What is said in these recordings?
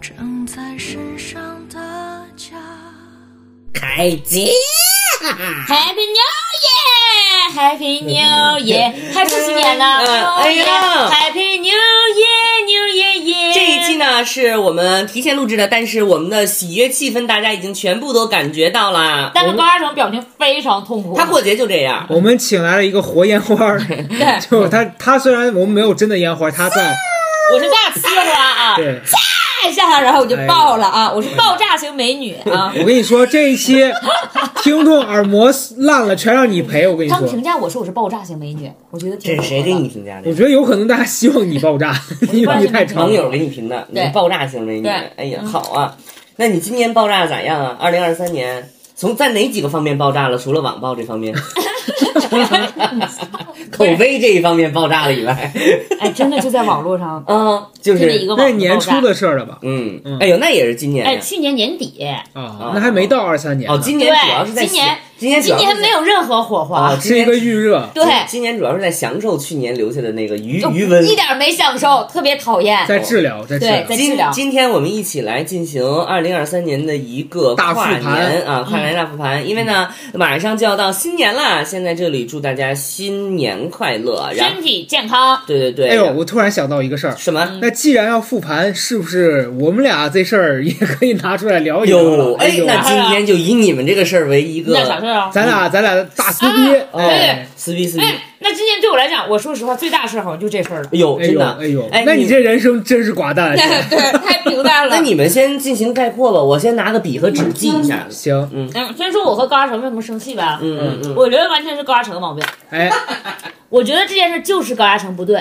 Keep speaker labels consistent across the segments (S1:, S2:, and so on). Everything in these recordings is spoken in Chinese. S1: 正在身上的家。
S2: 开机！
S3: Happy New Year，Happy New Year，Happy 新年了！Oh
S2: 嗯 哎呀
S3: ，Happy New Year，New Year Year。
S2: 这一期呢是我们提前录制的，但是我们的喜悦气氛大家已经全部都感觉到啦。
S3: 但是高嘉诚表情非常痛苦，
S2: 他过节就这样，
S4: 我们请来了一个活烟 花儿，就是他，他虽然我们没有真的烟花，他在，
S3: 我是大呲花啊，
S4: 对，
S3: 太吓人，然后我就爆
S2: 哎
S3: 了啊，我是爆炸型美女啊。
S4: 我跟你说这一期听众耳膜烂了，全让你赔，我跟你
S3: 他们
S4: 说
S3: 评，价我说我是爆炸型美女，我觉得挺
S2: 这是谁
S3: 好的
S2: 给你评价的
S4: 我？觉得有可能大家希望你 爆炸，因为你太长
S2: 网，友给你评的，你
S3: 对
S2: 爆炸型美女，
S3: 对
S2: 哎呀，好啊！那你今年爆炸咋样啊？二零二三年从在哪几个方面爆炸了？除了网暴这方 面，口碑这一方面爆炸了以外，，
S3: 哎，真的就在网络上
S2: 嗯，就
S3: 真的一
S2: 是
S3: 个网
S4: 那
S3: 络
S4: 是年
S3: 爆
S4: 初
S3: 炸
S4: 的事儿了吧？
S2: 嗯
S4: 嗯，
S2: 哎呦，那也是今年
S3: 哎，
S2: 呀
S3: 去年年底，
S4: 啊，那还没到二三年呢
S2: 哦，今年
S3: 对
S2: 主要是在
S3: 今年
S2: 今年主
S3: 今
S2: 要是在
S3: 年没有任何火花，
S2: 哦，今
S4: 是一
S2: 年
S4: 个预热，
S3: 对，
S2: 今年主要是在享受去年留下的那个余
S3: 就
S2: 余温
S3: 一。点没享受，特别讨厌。
S4: 在治疗，在治疗
S3: 对，在
S2: 今
S3: 治疗
S2: 今天我们一起来进行二零二三年的一个
S4: 大复
S2: 跨
S4: 盘
S2: 年啊，跨年大复
S3: 嗯
S2: 盘。因为呢，马上就要到新年了，现在这里祝大家新年快乐。然
S3: 身体健康，
S2: 对对对，
S4: 哎呦，我哎突然想到一个事儿，
S2: 什么？
S4: 那既然要复盘，是不是我们俩这事儿也可以拿出来聊一聊
S2: 有
S4: 了？
S2: 哎，那今天就以你们这个事儿为一
S3: 那啥
S2: 个
S3: 事儿啊？
S4: 咱俩咱俩大撕逼，
S2: 哎，撕逼撕逼。
S3: 哎，那今年对我来讲，我说实话，最大事儿好像就这事 儿了。
S2: 哎呦，
S4: 哎
S2: 真
S4: 呦
S2: 的，
S4: 哎呦，
S2: 哎，
S4: 那你这人生真是寡 淡。
S3: 对，太平淡
S2: 那你们先进行概括吧，我先拿个笔和纸记一下。
S4: 行，
S3: 嗯，先说我和高嘉诚为什么生气吧。
S2: 嗯嗯嗯，
S3: 我觉得完全是高嘉诚的毛病。
S4: 哎
S3: 我觉得这件事就是高嘉诚不对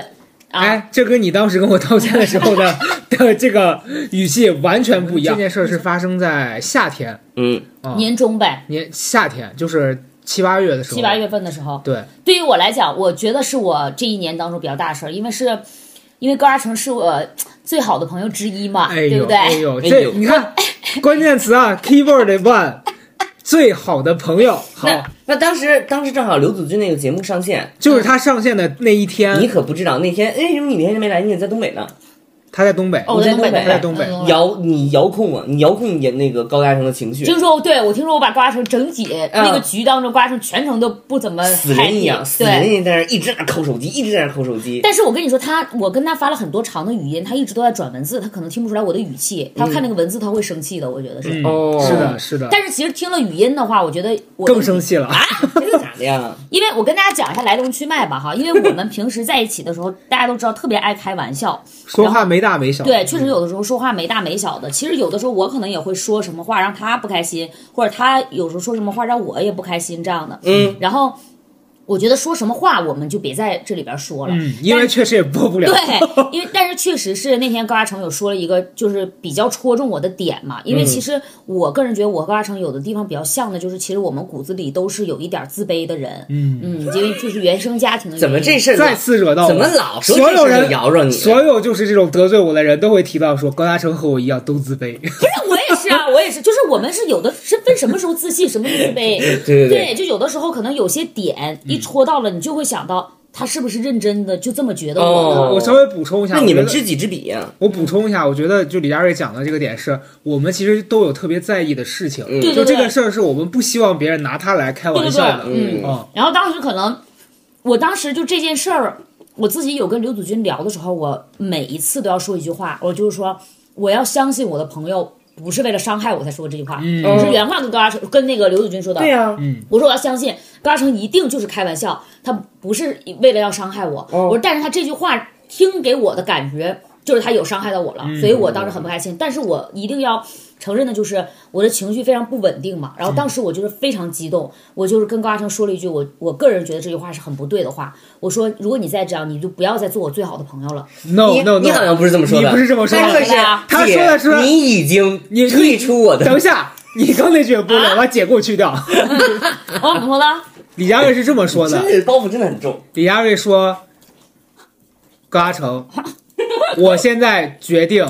S3: 啊。
S4: 哎，这跟你当时跟我道歉的时候的 的这个语气完全不一样。这件事是发生在夏天，
S2: 嗯，
S4: 啊，
S3: 年终呗，
S4: 年夏天就是七八月的时候，
S3: 七
S2: 哦
S3: 八月份的时候，
S4: 对，
S3: 对于我来讲，我觉得是我这一年当中比较大的事儿，因为是，因为高嘉诚是我呃最好的朋友之一嘛，
S4: 哎
S3: 对
S4: 呦
S3: 不对？
S4: 哎呦，
S2: 哎
S4: 这
S2: 呦
S4: 你看关键词啊，keyword one，最好的朋友，好
S2: 那，那当时当时正好刘子君那个节目上线，
S4: 就是他上线的那一
S2: 你
S4: 天，
S2: 可不知道那天哎为什么你那天没来，你也在东北呢，
S4: 他在东北，
S3: 哦，我
S2: 在
S3: 东北，
S2: 东北
S4: 在东北
S3: 嗯
S2: 遥你遥控啊，你遥控你那个高大成的情绪，
S3: 听说对我听说我把瓜城整体、
S2: 嗯
S3: 那个局当中，瓜城全程都不怎么
S2: 死
S3: 嗨
S2: 人一样，死人
S3: 对。
S2: 一样在那儿一直在那儿抠手机，一直在那儿抠手机。
S3: 但是我跟你说，他我跟他发了很多长的语音，他一直都在转文字，他可能听不出来我的语气，他看那个文字他会生气的，我觉得是。
S4: 嗯
S2: 哦
S4: 是的，是的，
S3: 但是啊其实听了语音的话，我觉得我
S4: 更生气了，
S2: 真的假的呀？
S3: 因为我跟大家讲一下来龙去脉吧哈，因为我们 平时在一起的时候，大家都知道特别爱开玩笑，
S4: 说话没大没小，
S3: 对，确实有的时候说话没大没小的。其实有的时候我可能也会说什么话让他不开心，或者他有时候说什么话让我也不开心这样的。
S2: 嗯，
S3: 然后我觉得说什么话我们就别在这里边说了。
S4: 嗯，因为确实也播不了，
S3: 对，因为但是确实是那天高嘉诚有说了一个，就是比较戳中我的点嘛。
S2: 嗯
S3: 因为其实我个人觉得我和高嘉诚有的地方比较像的，就是其实我们骨子里都是有一点自卑的人。嗯因为就是原生家庭的原因
S2: 怎么这事儿
S4: 再次惹到我
S2: 怎么老说
S4: 所有
S2: 这事儿
S4: 人
S2: 就摇着你？
S4: 所有就是这种得罪我的人都会提到说高大成和我一样都自卑，
S3: 我也是啊，我也是，就是我们是有的是分什么时候自信，什么时候自卑，
S2: 对对对嗯
S3: 对，就有的时候可能有些点一戳到了，你就会想到他是不是认真的就这么觉得我呢？
S2: 哦
S4: 我稍微补充一下，
S2: 那你们
S4: 我觉
S2: 知
S4: 得
S2: 己知彼呀？
S4: 我补充一下，我觉得就李佳瑞讲的这个点是我们其实都有特别在意的事情，
S2: 嗯
S3: 对
S4: 就
S3: 对
S4: 这
S3: 对
S4: 个事儿是我们不希望别人拿它来开玩笑的，
S3: 对对对
S2: 嗯
S4: 啊，
S3: 然后当时可能，我当时就这件事儿，我自己有跟刘祖君聊的时候，我每一次都要说一句话，我就是说我要相信我的朋友不是为了伤害我才说这句话，我是原话跟高嘉诚跟那个刘祖君说的。
S2: 对啊呀，
S4: 嗯
S3: 我说我要相信高嘉诚一定就是开玩笑，他不是为了要伤害我。我说，但是他这句话听给我的感觉就是他有伤害到我
S2: 嗯
S3: 了，所以我当时很不开心。但是我一定要承认的就是我的情绪非常不稳定嘛。然后
S2: 嗯
S3: 当时我就是非常激动，我就是跟高嘉诚说了一句我我个人觉得这句话是很不对的话。我说，如果你再这样，你就不要再做我最好的 朋友了。
S2: 嗯
S4: ，no
S2: 你
S4: no no，
S2: 你好像不是这么说的，
S4: 你不是这么说
S2: 他说
S4: 的
S2: 的是
S4: 他
S2: 姐
S4: 说的是
S2: 你已经
S4: 你
S2: 退出我的
S4: 等一下，你刚那句也播了，把姐给我去掉。
S3: 哦，怎么了？
S4: 李佳瑞是这么说的，
S2: 这包袱真的很重。
S4: 李佳瑞说：“高阿 成，我现在决定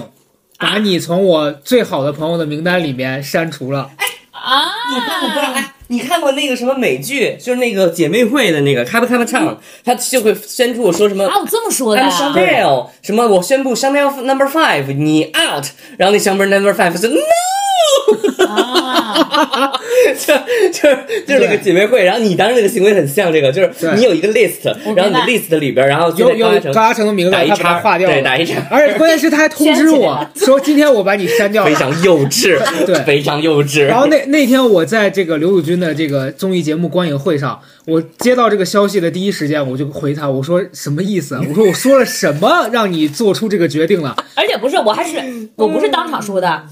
S4: 把你从我最好的朋友的名单里面删除了。
S3: 啊，
S2: 你看我不让哎，你看过那个什么美剧，就是那个姐妹会的那个咔吧咔吧
S4: 嗯
S2: 唱，他就会宣布说什么
S3: 啊，我这么说的啊
S2: I'm。Chanel，什么我宣布 Chanel Number Five 你 out，然后那 Chanel Number Five 是 No，
S3: 啊，
S2: 就就是就是那个姐妹会，然后你当时那个行为很像这个，就是
S4: 对
S2: 你有一个 list，
S3: 我明白
S2: 然后你 list 里边，然后就
S4: 有
S2: 在
S4: 有
S2: 高
S4: 高
S2: 达
S4: 嘉诚的名字，
S2: 打一
S4: 他把
S2: 叉
S4: 它划掉了，
S2: 对打一叉
S4: 而且关键是他还通知我说今天我把你删掉
S2: 非
S4: 了。
S2: 常幼稚，
S4: 对
S2: 非常幼稚。
S4: 然后那那天我在这个刘祖军的这个综艺节目观影会上，我接到这个消息的第一时间，我就回他，我说什么意思？啊我说我说了什么让你做出这个决定了？
S3: 而且不是，我还
S4: 嗯
S3: 是我不是当场说的，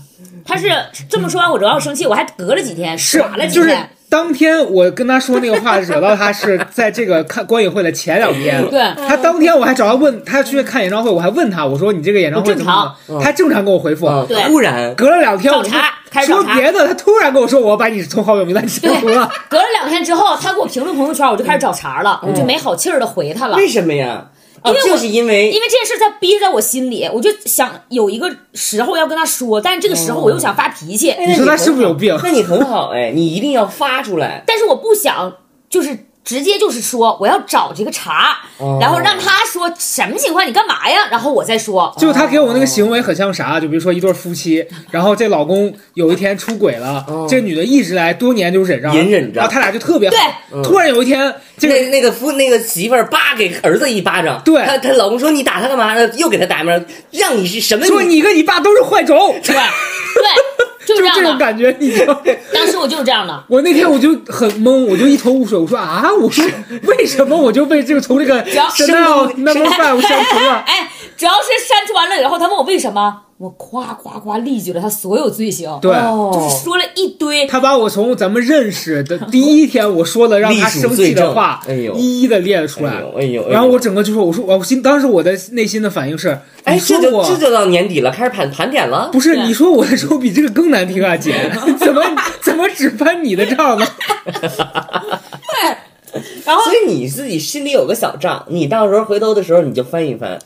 S3: 他是这么说完我之后生气，我还隔了几天
S4: 是
S3: 耍了，几
S4: 就是
S3: 天。
S4: 当天我跟他说那个话，惹到他是在这个看观影会的前两天。
S3: 对
S2: 嗯
S4: 他当天我还找他问，他去看演唱会，我还问他，我说你这个演唱会怎么
S2: 不正常
S4: 样？他正常给我回复。
S2: 嗯
S3: 对
S2: 突然
S4: 隔了两天，我
S3: 找茬开始找
S4: 说
S3: 茬
S4: 别的，他突然跟我说我把你从好友名单删除了。
S3: 隔了两天之后，他给我评论朋友圈，我就开始找茬了，
S4: 嗯
S3: 我就没好气儿的回他了。
S2: 为什么呀？哦
S3: 因为，我
S2: 就是因为
S3: 因为这件事在憋在我心里，我就想有一个时候要跟他说，但是这个时候我又想发脾气，
S2: 哎那
S4: 你说他
S2: 很
S4: 是不是有 病
S2: 好那你很好哎，你一定要发出来。
S3: 但是我不想就是直接就是说我要找这个茬，
S2: 哦
S3: 然后让他说什么情况，你干嘛呀？然后我再说。
S4: 就他给我那
S2: 哦
S4: 个行为很像啥？就比如说一对夫妻，然后这老公有一天出轨了，这女的一直来多年就忍让，
S2: 哦隐忍着
S4: 然后他俩就特别好
S3: 对
S4: 突然有一天，这个
S2: 那那个夫那个媳妇儿叭给儿子一巴掌，
S4: 对
S2: 她她老公说你打他干嘛？又给他打一巴掌，让你是什么？
S4: 说你跟你爸都是坏种，
S3: 对 对，就
S4: 就是这
S3: 这
S4: 种
S3: 样的。
S4: 感觉，你知道吗？
S3: 当时我就是这样的。
S4: 我那天我就很懵，我就一头雾水。我说啊，我说为什么我就被这个从这个
S3: 要
S4: Chanel Number Five 删除 了？
S3: 哎，主要是删除完了以后，他问我为什么，我夸夸夸列举了他所有罪行，
S4: 对
S2: 哦
S3: 就是
S4: 哦
S3: 说了一堆。
S4: 他把我从咱们认识的第一天我说的让他生气的话，
S2: 历史罪证哎呦
S4: 一一的列了出来。
S2: 哎呦哎呦哎呦
S4: 然后我整个就说，我说我心当时我的内心的反应是，
S2: 哎，
S4: 你
S2: 这
S4: 说
S2: 就
S4: 我
S2: 这就到年底了，开始盘盘点了。
S4: 不是
S3: 对
S4: 你说我的时候比这个更难听啊，姐，怎么怎么只翻你的账呢？
S3: 然后
S2: 所以你自己心里有个小账，你到时候回头的时候你就翻一翻，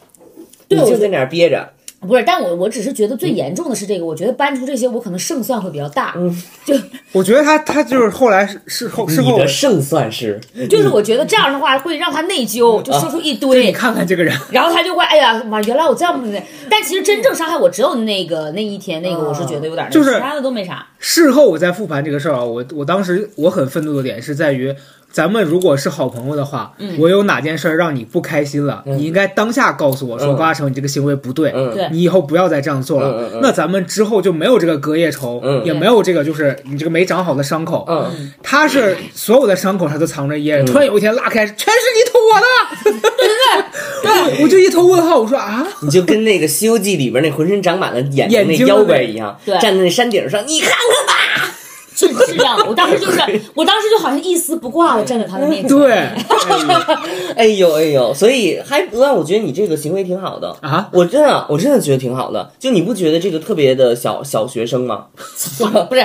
S2: 你
S3: 对我
S2: 就在那儿憋着。
S3: 不是，但我我只是觉得最严重的是这个，我觉得搬出这些，我可能胜算会比较大。
S4: 嗯
S3: 就
S4: 我觉得他他就是后来是事后事
S2: 你
S4: 后
S2: 的，胜算是，
S3: 嗯就是我觉得这样的话会让他内疚，就说出一堆。
S4: 嗯啊你看看这个人，
S3: 然后他就会，哎呀妈，原来我这样不对。但其实真正伤害我只有那个那一天，那个我是觉得有点那个，
S4: 就是
S3: 其他的都没啥。
S4: 事后我再复盘这个事儿啊，我我当时我很愤怒的点是在于，咱们如果是好朋友的话，
S3: 嗯
S4: 我有哪件事儿让你不开心了，你应该当下告诉我说，
S2: 嗯
S4: 高大成，你这个行为不对，
S2: 嗯
S3: 对
S4: 你以后不要再这样做了
S2: 嗯。嗯嗯
S4: 那咱们之后就没有这个隔夜仇，
S2: 嗯
S4: 也没有这个就是你这个没长好的伤口。
S2: 嗯，
S4: 他是所有的伤口他都藏着掖着，突然有一天拉开，全是你捅我的，对对对，我就一头问号，我说啊，
S2: 你就跟那个《西游记》里边那浑身长满了眼睛
S4: 眼
S2: 那
S4: 睛的
S2: 妖
S4: 那
S2: 怪一样，
S3: 对
S2: 站在那山顶上，你看看吧。
S3: 是是这样的，我当时就是，我当时就好像一丝不挂的站在他的面 前。
S4: 对，
S2: 哎呦哎呦，所以还不但我觉得你这个行为挺好的
S4: 啊
S2: 我真的我真的觉得挺好的，就你不觉得这个特别的小小学生吗？
S3: 不是，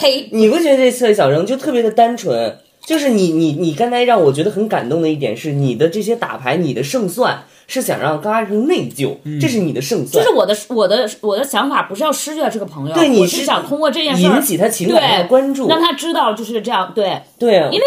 S3: 呸，
S2: 你不觉得这次的小生就特别的单纯？就是你你你刚才让我觉得很感动的一点是，你的这些打牌，你的胜算是想让高大成内疚，这是你的胜
S3: 嗯就
S2: 算，
S3: 是我的我的我的想法不是要失去掉这个朋友，
S2: 对你
S3: 我
S2: 是
S3: 是想通过这件事儿
S2: 引起他情感上的
S3: 对
S2: 关注。
S3: 让他知道就是这样。对，
S4: 嗯
S2: 对啊，
S3: 因为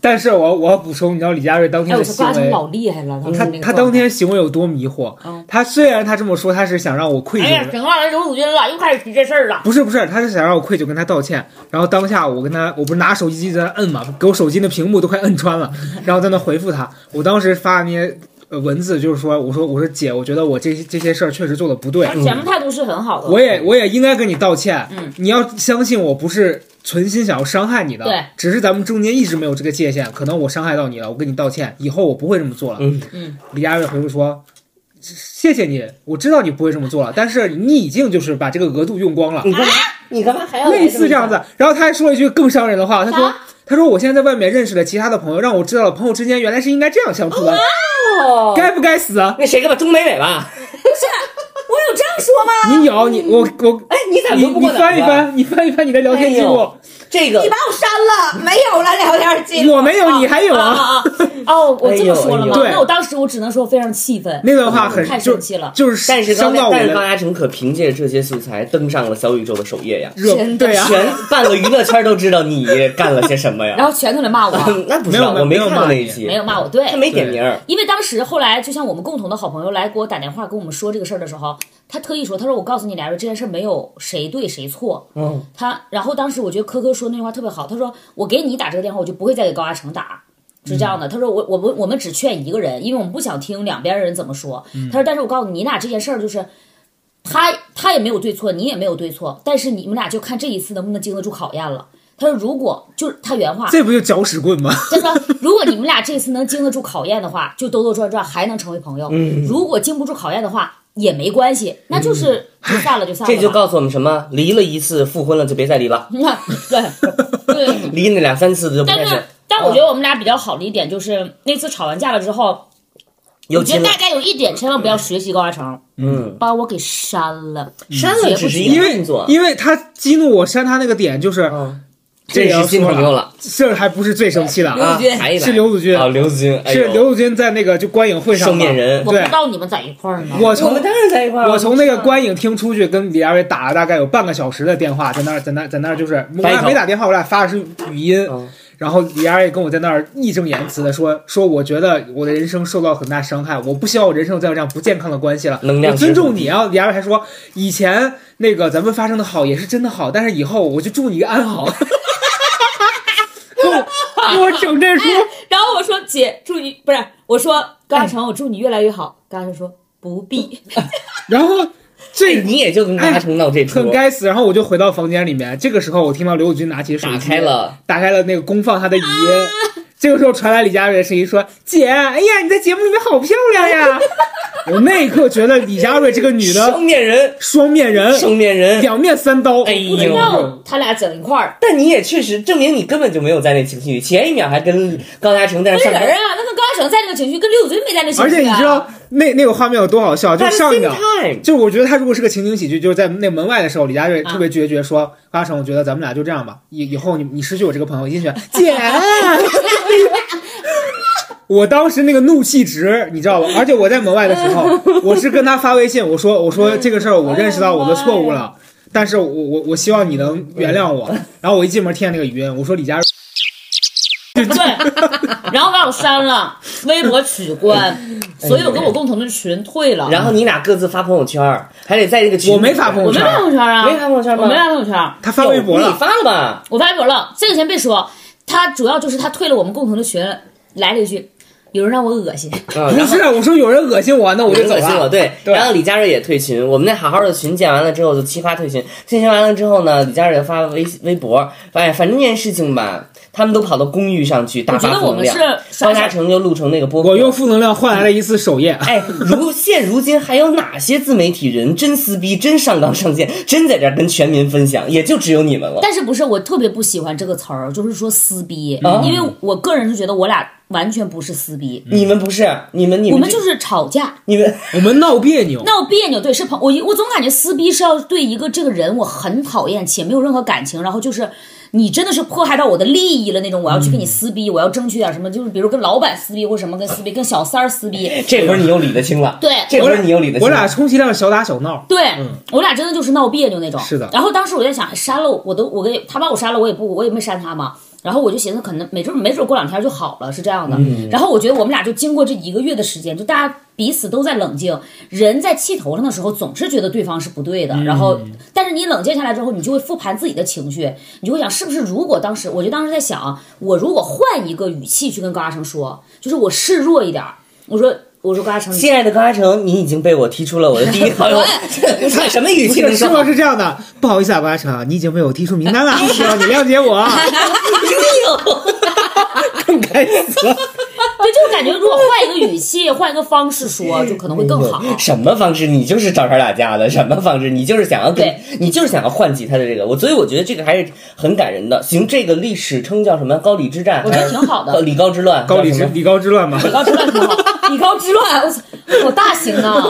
S4: 但是我我要补充，你知道李佳瑞当
S3: 哎，
S4: 天
S3: 我
S4: 的
S3: 说
S4: 行
S3: 瓜成
S4: 为。
S3: 老厉害了，当时
S4: 他
S3: 嗯那个
S4: 他当天行为有多迷惑？他虽然他这么说，他是想让我愧
S3: 状态。哎呀，
S4: 疚，
S3: 行了，刘祖军了，又开始提这事儿了。
S4: 不是不是，他是想让我愧疚，跟他道歉。然后当下我跟他，我不是拿手机在那摁嘛，给我手机的屏幕都快摁穿 了，然后在那回复他。我当时发那些呃文字，就是说，我说我说姐，我觉得我这些这些事儿确实做的不对，
S3: 前面态度是很好的，
S4: 我也我也应该跟你道歉。
S3: 嗯，
S4: 你要相信我不是存心想要伤害你的，
S3: 对，
S4: 只是咱们中间一直没有这个界限，可能我伤害到你了，我跟你道歉，以后我不会这么做了。
S2: 嗯
S3: 嗯，
S4: 李佳瑞回复说。谢谢你，我知道你不会这么做了，但是你已经就是把这个额度用光了，
S2: 你干嘛
S3: 啊
S2: 你干嘛
S3: 哎
S2: 还要来
S4: 类似
S2: 么
S4: 这样
S2: 干
S4: 子。然后他还说了一句更伤人的话，他说
S3: 啥：“
S4: 他说我现在在外面认识了其他的朋友，让我知道了朋友之间原来是应该这样相处的，
S2: 哦？
S4: 该不该死啊？
S2: 那谁干嘛？钟美美吧？
S3: 不是，我有这样说吗？
S4: 你有你我我
S2: 哦哎，你咋
S4: 你
S2: 都不
S4: 你
S2: 过脑子啊
S4: 翻一翻，你翻一翻你的聊天记
S2: 哎
S4: 录
S2: 呦，这个
S5: 你把我删了，没有了聊天记录。
S4: 我没有，你还有啊？
S3: 啊啊！哦，我这么说了吗？
S4: 哎呦哎呦
S3: 那我当时我只能说非常气愤，
S4: 那段
S2: 嗯
S4: 话很
S3: 太
S4: 就
S3: 生气了。
S4: 就是
S2: 但是高
S4: 伤
S2: 嘉
S4: 到我
S2: 但是高
S4: 的
S2: 嘉诚可凭借这些素材登上了小宇宙的首页呀，
S4: 热
S5: 真的
S4: 对啊，
S2: 全半个娱乐圈都知道你干了些什么
S3: 然
S2: 呀。
S3: 后全都来骂我，
S2: 那不知道，
S4: 没有
S2: 我没
S4: 没有
S2: 看过
S4: 骂
S2: 那
S4: 你
S2: 一期，
S3: 没有骂我，对
S2: 他，没点名儿。
S3: 因为当时后来，就像我们共同的好朋友来给我打电话跟我们说这个事儿的时候，他特意说，他说我告诉你俩人这件事儿没有谁对谁错。
S2: 嗯，
S3: 他然后当时我觉得科科说那句话特别好，他说我给你打这个电话，我就不会再给高亚成打。是这样的，他说我我们我们只劝一个人，因为我们不想听两边人怎么说。他说，但是我告诉你，你俩这件事儿就是，他他也没有对错，你也没有对错，但是你们俩就看这一次能不能经得住考验了。他说，如果就是他原话，
S4: 这不就搅屎棍吗？
S3: 真的，如果你们俩这次能经得住考验的话，就兜兜转转还能成为朋
S2: 嗯
S3: 友；如果经不住考验的话，也没关系，那就是就散了就散了吧。
S2: 嗯这就 告诉我们什么？离了一次，复婚了就别再离了，
S3: 对对，
S2: 离那两三次的就不
S3: 但
S2: 开始
S3: 是。但我觉得我们俩比较好的一点就是那次吵完架了之后，
S2: 有
S3: 我觉
S2: 亲
S3: 得
S2: 了
S3: 大，家有一点千万不要学习高亚成，
S2: 嗯，
S3: 把我给删了。
S2: 删了只是一
S4: 因
S2: 个
S4: 为
S2: 动作，
S4: 因为他激怒我删他那个点就是
S2: 嗯，
S4: 这
S2: 这
S4: 也要
S2: 是新
S4: 说
S2: 朋友了
S4: 这还不是最生气的
S3: 刘
S4: 啊，
S2: 啊
S3: 子君，
S2: 还一来
S4: 是刘子君
S2: 啊，刘子君哎
S4: 是
S2: 呦
S4: 刘子君在那个就观影会
S2: 双
S4: 上嘛
S2: 面。人
S3: 我，不
S4: 对
S3: 知道你们在一块儿呢。
S4: 我
S2: 我
S4: 从
S2: 们当然在一块儿啊了，
S4: 我从那个观影厅出去，跟李佳薇打了大概有半个小时的电话，在那儿在那儿在那儿就是我俩
S2: 头
S4: 没打电话，我俩发的是语音，
S2: 嗯
S4: 然后李佳薇跟我在那儿义正言辞的说说，我觉得我的人生受到很大伤害，我不希望我人生再有这样不健康的关系了，
S2: 能量
S4: 我
S2: 缺
S4: 尊
S2: 口
S4: 重你。然后李佳薇还说，以前那个咱们发生的好也是真的好，但是以后我就祝你一个安 好。给我给我整这出，
S3: 然后我说姐，祝你不是，我说
S2: 嗯
S3: 高亚成，我祝你越来越好。高亚成说不必。
S4: 然后
S2: 哎
S4: 这
S2: 你也就跟大成闹这出，
S4: 哎很该死。然后我就回到房间里面，这个时候我听到刘宇君拿起手机
S2: 打开了，
S4: 打开了那个公放他的语音。这个时候传来李佳瑞的声音说：“姐，哎呀，你在节目里面好漂亮呀！” 我那一刻觉得李佳瑞这个女的
S2: 双面人，
S4: 双面人，
S2: 双面人。
S4: 两面三刀。
S2: 哎
S3: 不知
S2: 呦
S3: 道他俩整一块儿，
S2: 但你也确实证明你根本就没有在那情绪里，前一秒还跟高嘉诚在那
S3: 那
S2: 上
S3: 人
S2: 班，
S3: 啊，那跟高晓成在那个情绪，跟刘宇君没在那情绪、啊。
S4: 而且你知道那那个画面有多好笑？就
S2: At
S4: 是上一
S2: the
S4: 秒
S2: same，time，
S4: 就是我觉得他如果是个情景喜剧，就是在那门外的时候，李佳瑞
S3: 啊
S4: 特别决绝说：“阿成，我觉得咱们俩就这样吧，以以后你你失去我这个朋友，你选姐。” 我当时那个怒气值，你知道吧？而且我在门外的时候， 我是跟他发微信，我说：“我说这个事儿我认识到我的错误
S2: 嗯
S4: 了，但是我我我希望你能原谅我。”然后我一进门听见那个语音，我说：“李佳瑞，
S3: 对， 然后把我删了，微博取关，所有跟我共同的群退了。
S2: 哎然后你俩各自发朋友圈，还得在这个群里
S4: 我没发朋友
S3: 我没
S4: 圈
S3: 发朋友圈啊，
S2: 没发朋友圈吗
S3: 我没发朋友圈，
S4: 他发微博
S2: 有
S4: 了
S2: 你。发了吧？
S3: 我发微博了。这个先别说，他主要就是他退了我们共同的群，来了一句，有人让我恶心。
S2: 啊，
S4: 不
S2: 然后
S4: 是，我说有人恶心我，那嗯我
S2: 我
S4: 就
S2: 就
S4: 走
S2: 恶心我，
S4: 了。
S2: 对。
S4: 对
S2: 然后李佳瑞也退群，我们那好好的群建完了之后就七八退群，退群完了之后呢，李佳瑞又发微微博，哎，反正这件事情吧，他们都跑到公寓上去大
S3: 我觉
S2: 发
S3: 得我
S2: 负能
S3: 们是
S2: 量。高
S3: 刷
S2: 嘉
S3: 刷。
S2: 诚就录成那个播客，
S4: 我用负能量换来了一次首页。
S2: 哎，如 现如今还有哪些自媒体人真撕逼、真上纲上线、真在这儿跟全民分享？也就只有你们了。
S3: 但是不是我特别不喜欢这个词儿，就是说撕逼，
S2: 嗯
S3: 因为我个人是觉得我俩完全不是撕逼，
S2: 你们不是，你们你
S3: 我
S2: 们
S3: 们
S2: 这
S3: 就是吵架，
S2: 你们
S4: 我们闹别扭，
S3: 闹别扭，对，是朋我一我总感觉撕逼是要对一个这个人我很讨厌且没有任何感情，然后就是你真的是迫害到我的利益了那种，我要去跟你撕逼，我要争取点什么，就是比如跟老板撕逼或什么跟撕逼，跟小三儿撕逼，
S2: 这会儿你又理得清了，
S3: 对
S2: 这会儿你又理得清了。
S4: 我俩充其量小打 小闹。
S3: 对、我俩真的就是闹别扭那种。
S4: 嗯是的
S3: 然后当时我在想，删了我我都我给他把我删了，我也不我也没删他嘛。然后我就寻思，可能没准没准过两天就好了，是这样的。
S4: 嗯
S3: 然后我觉得我们俩就经过这一个月的时间，就大家彼此都在冷静。人在气头上的时候，总是觉得对方是不对
S4: 嗯
S3: 的，然后但是你冷静下来之后，你就会复盘自己的情绪，你就会想，是不是如果当时，我就当时在想，我如果换一个语气去跟高嘉诚说，就是我示弱一点儿，我说我说高嘉诚，你
S2: 亲爱的高嘉诚，你已经被我踢出了我的第一好友。你看什么语气
S4: 这
S2: 能
S4: 个
S2: 说
S4: 是
S2: 好？
S4: 不是这样的？不好意思啊，八成， 你已经被我踢出名单了，希望你谅解我。
S3: 哎呦。
S4: 更开害死了。
S3: 对，就是感觉如果换一个语气，换一个方式说，就可能会更好。
S2: 什么方式？你就是找茬打架的，什么方式？你就是想要跟
S3: 对，
S2: 你就是想要唤起他的这个我，所以我觉得这个还是很感人的。行，这个历史称叫什么？高丽之战，
S3: 我觉得挺好的
S2: 呃李高之乱，
S4: 高
S2: 叫
S4: 理之
S2: 什么
S4: 理高之乱嘛，
S3: 李高之乱挺好，李高之乱，我操，好大型 啊！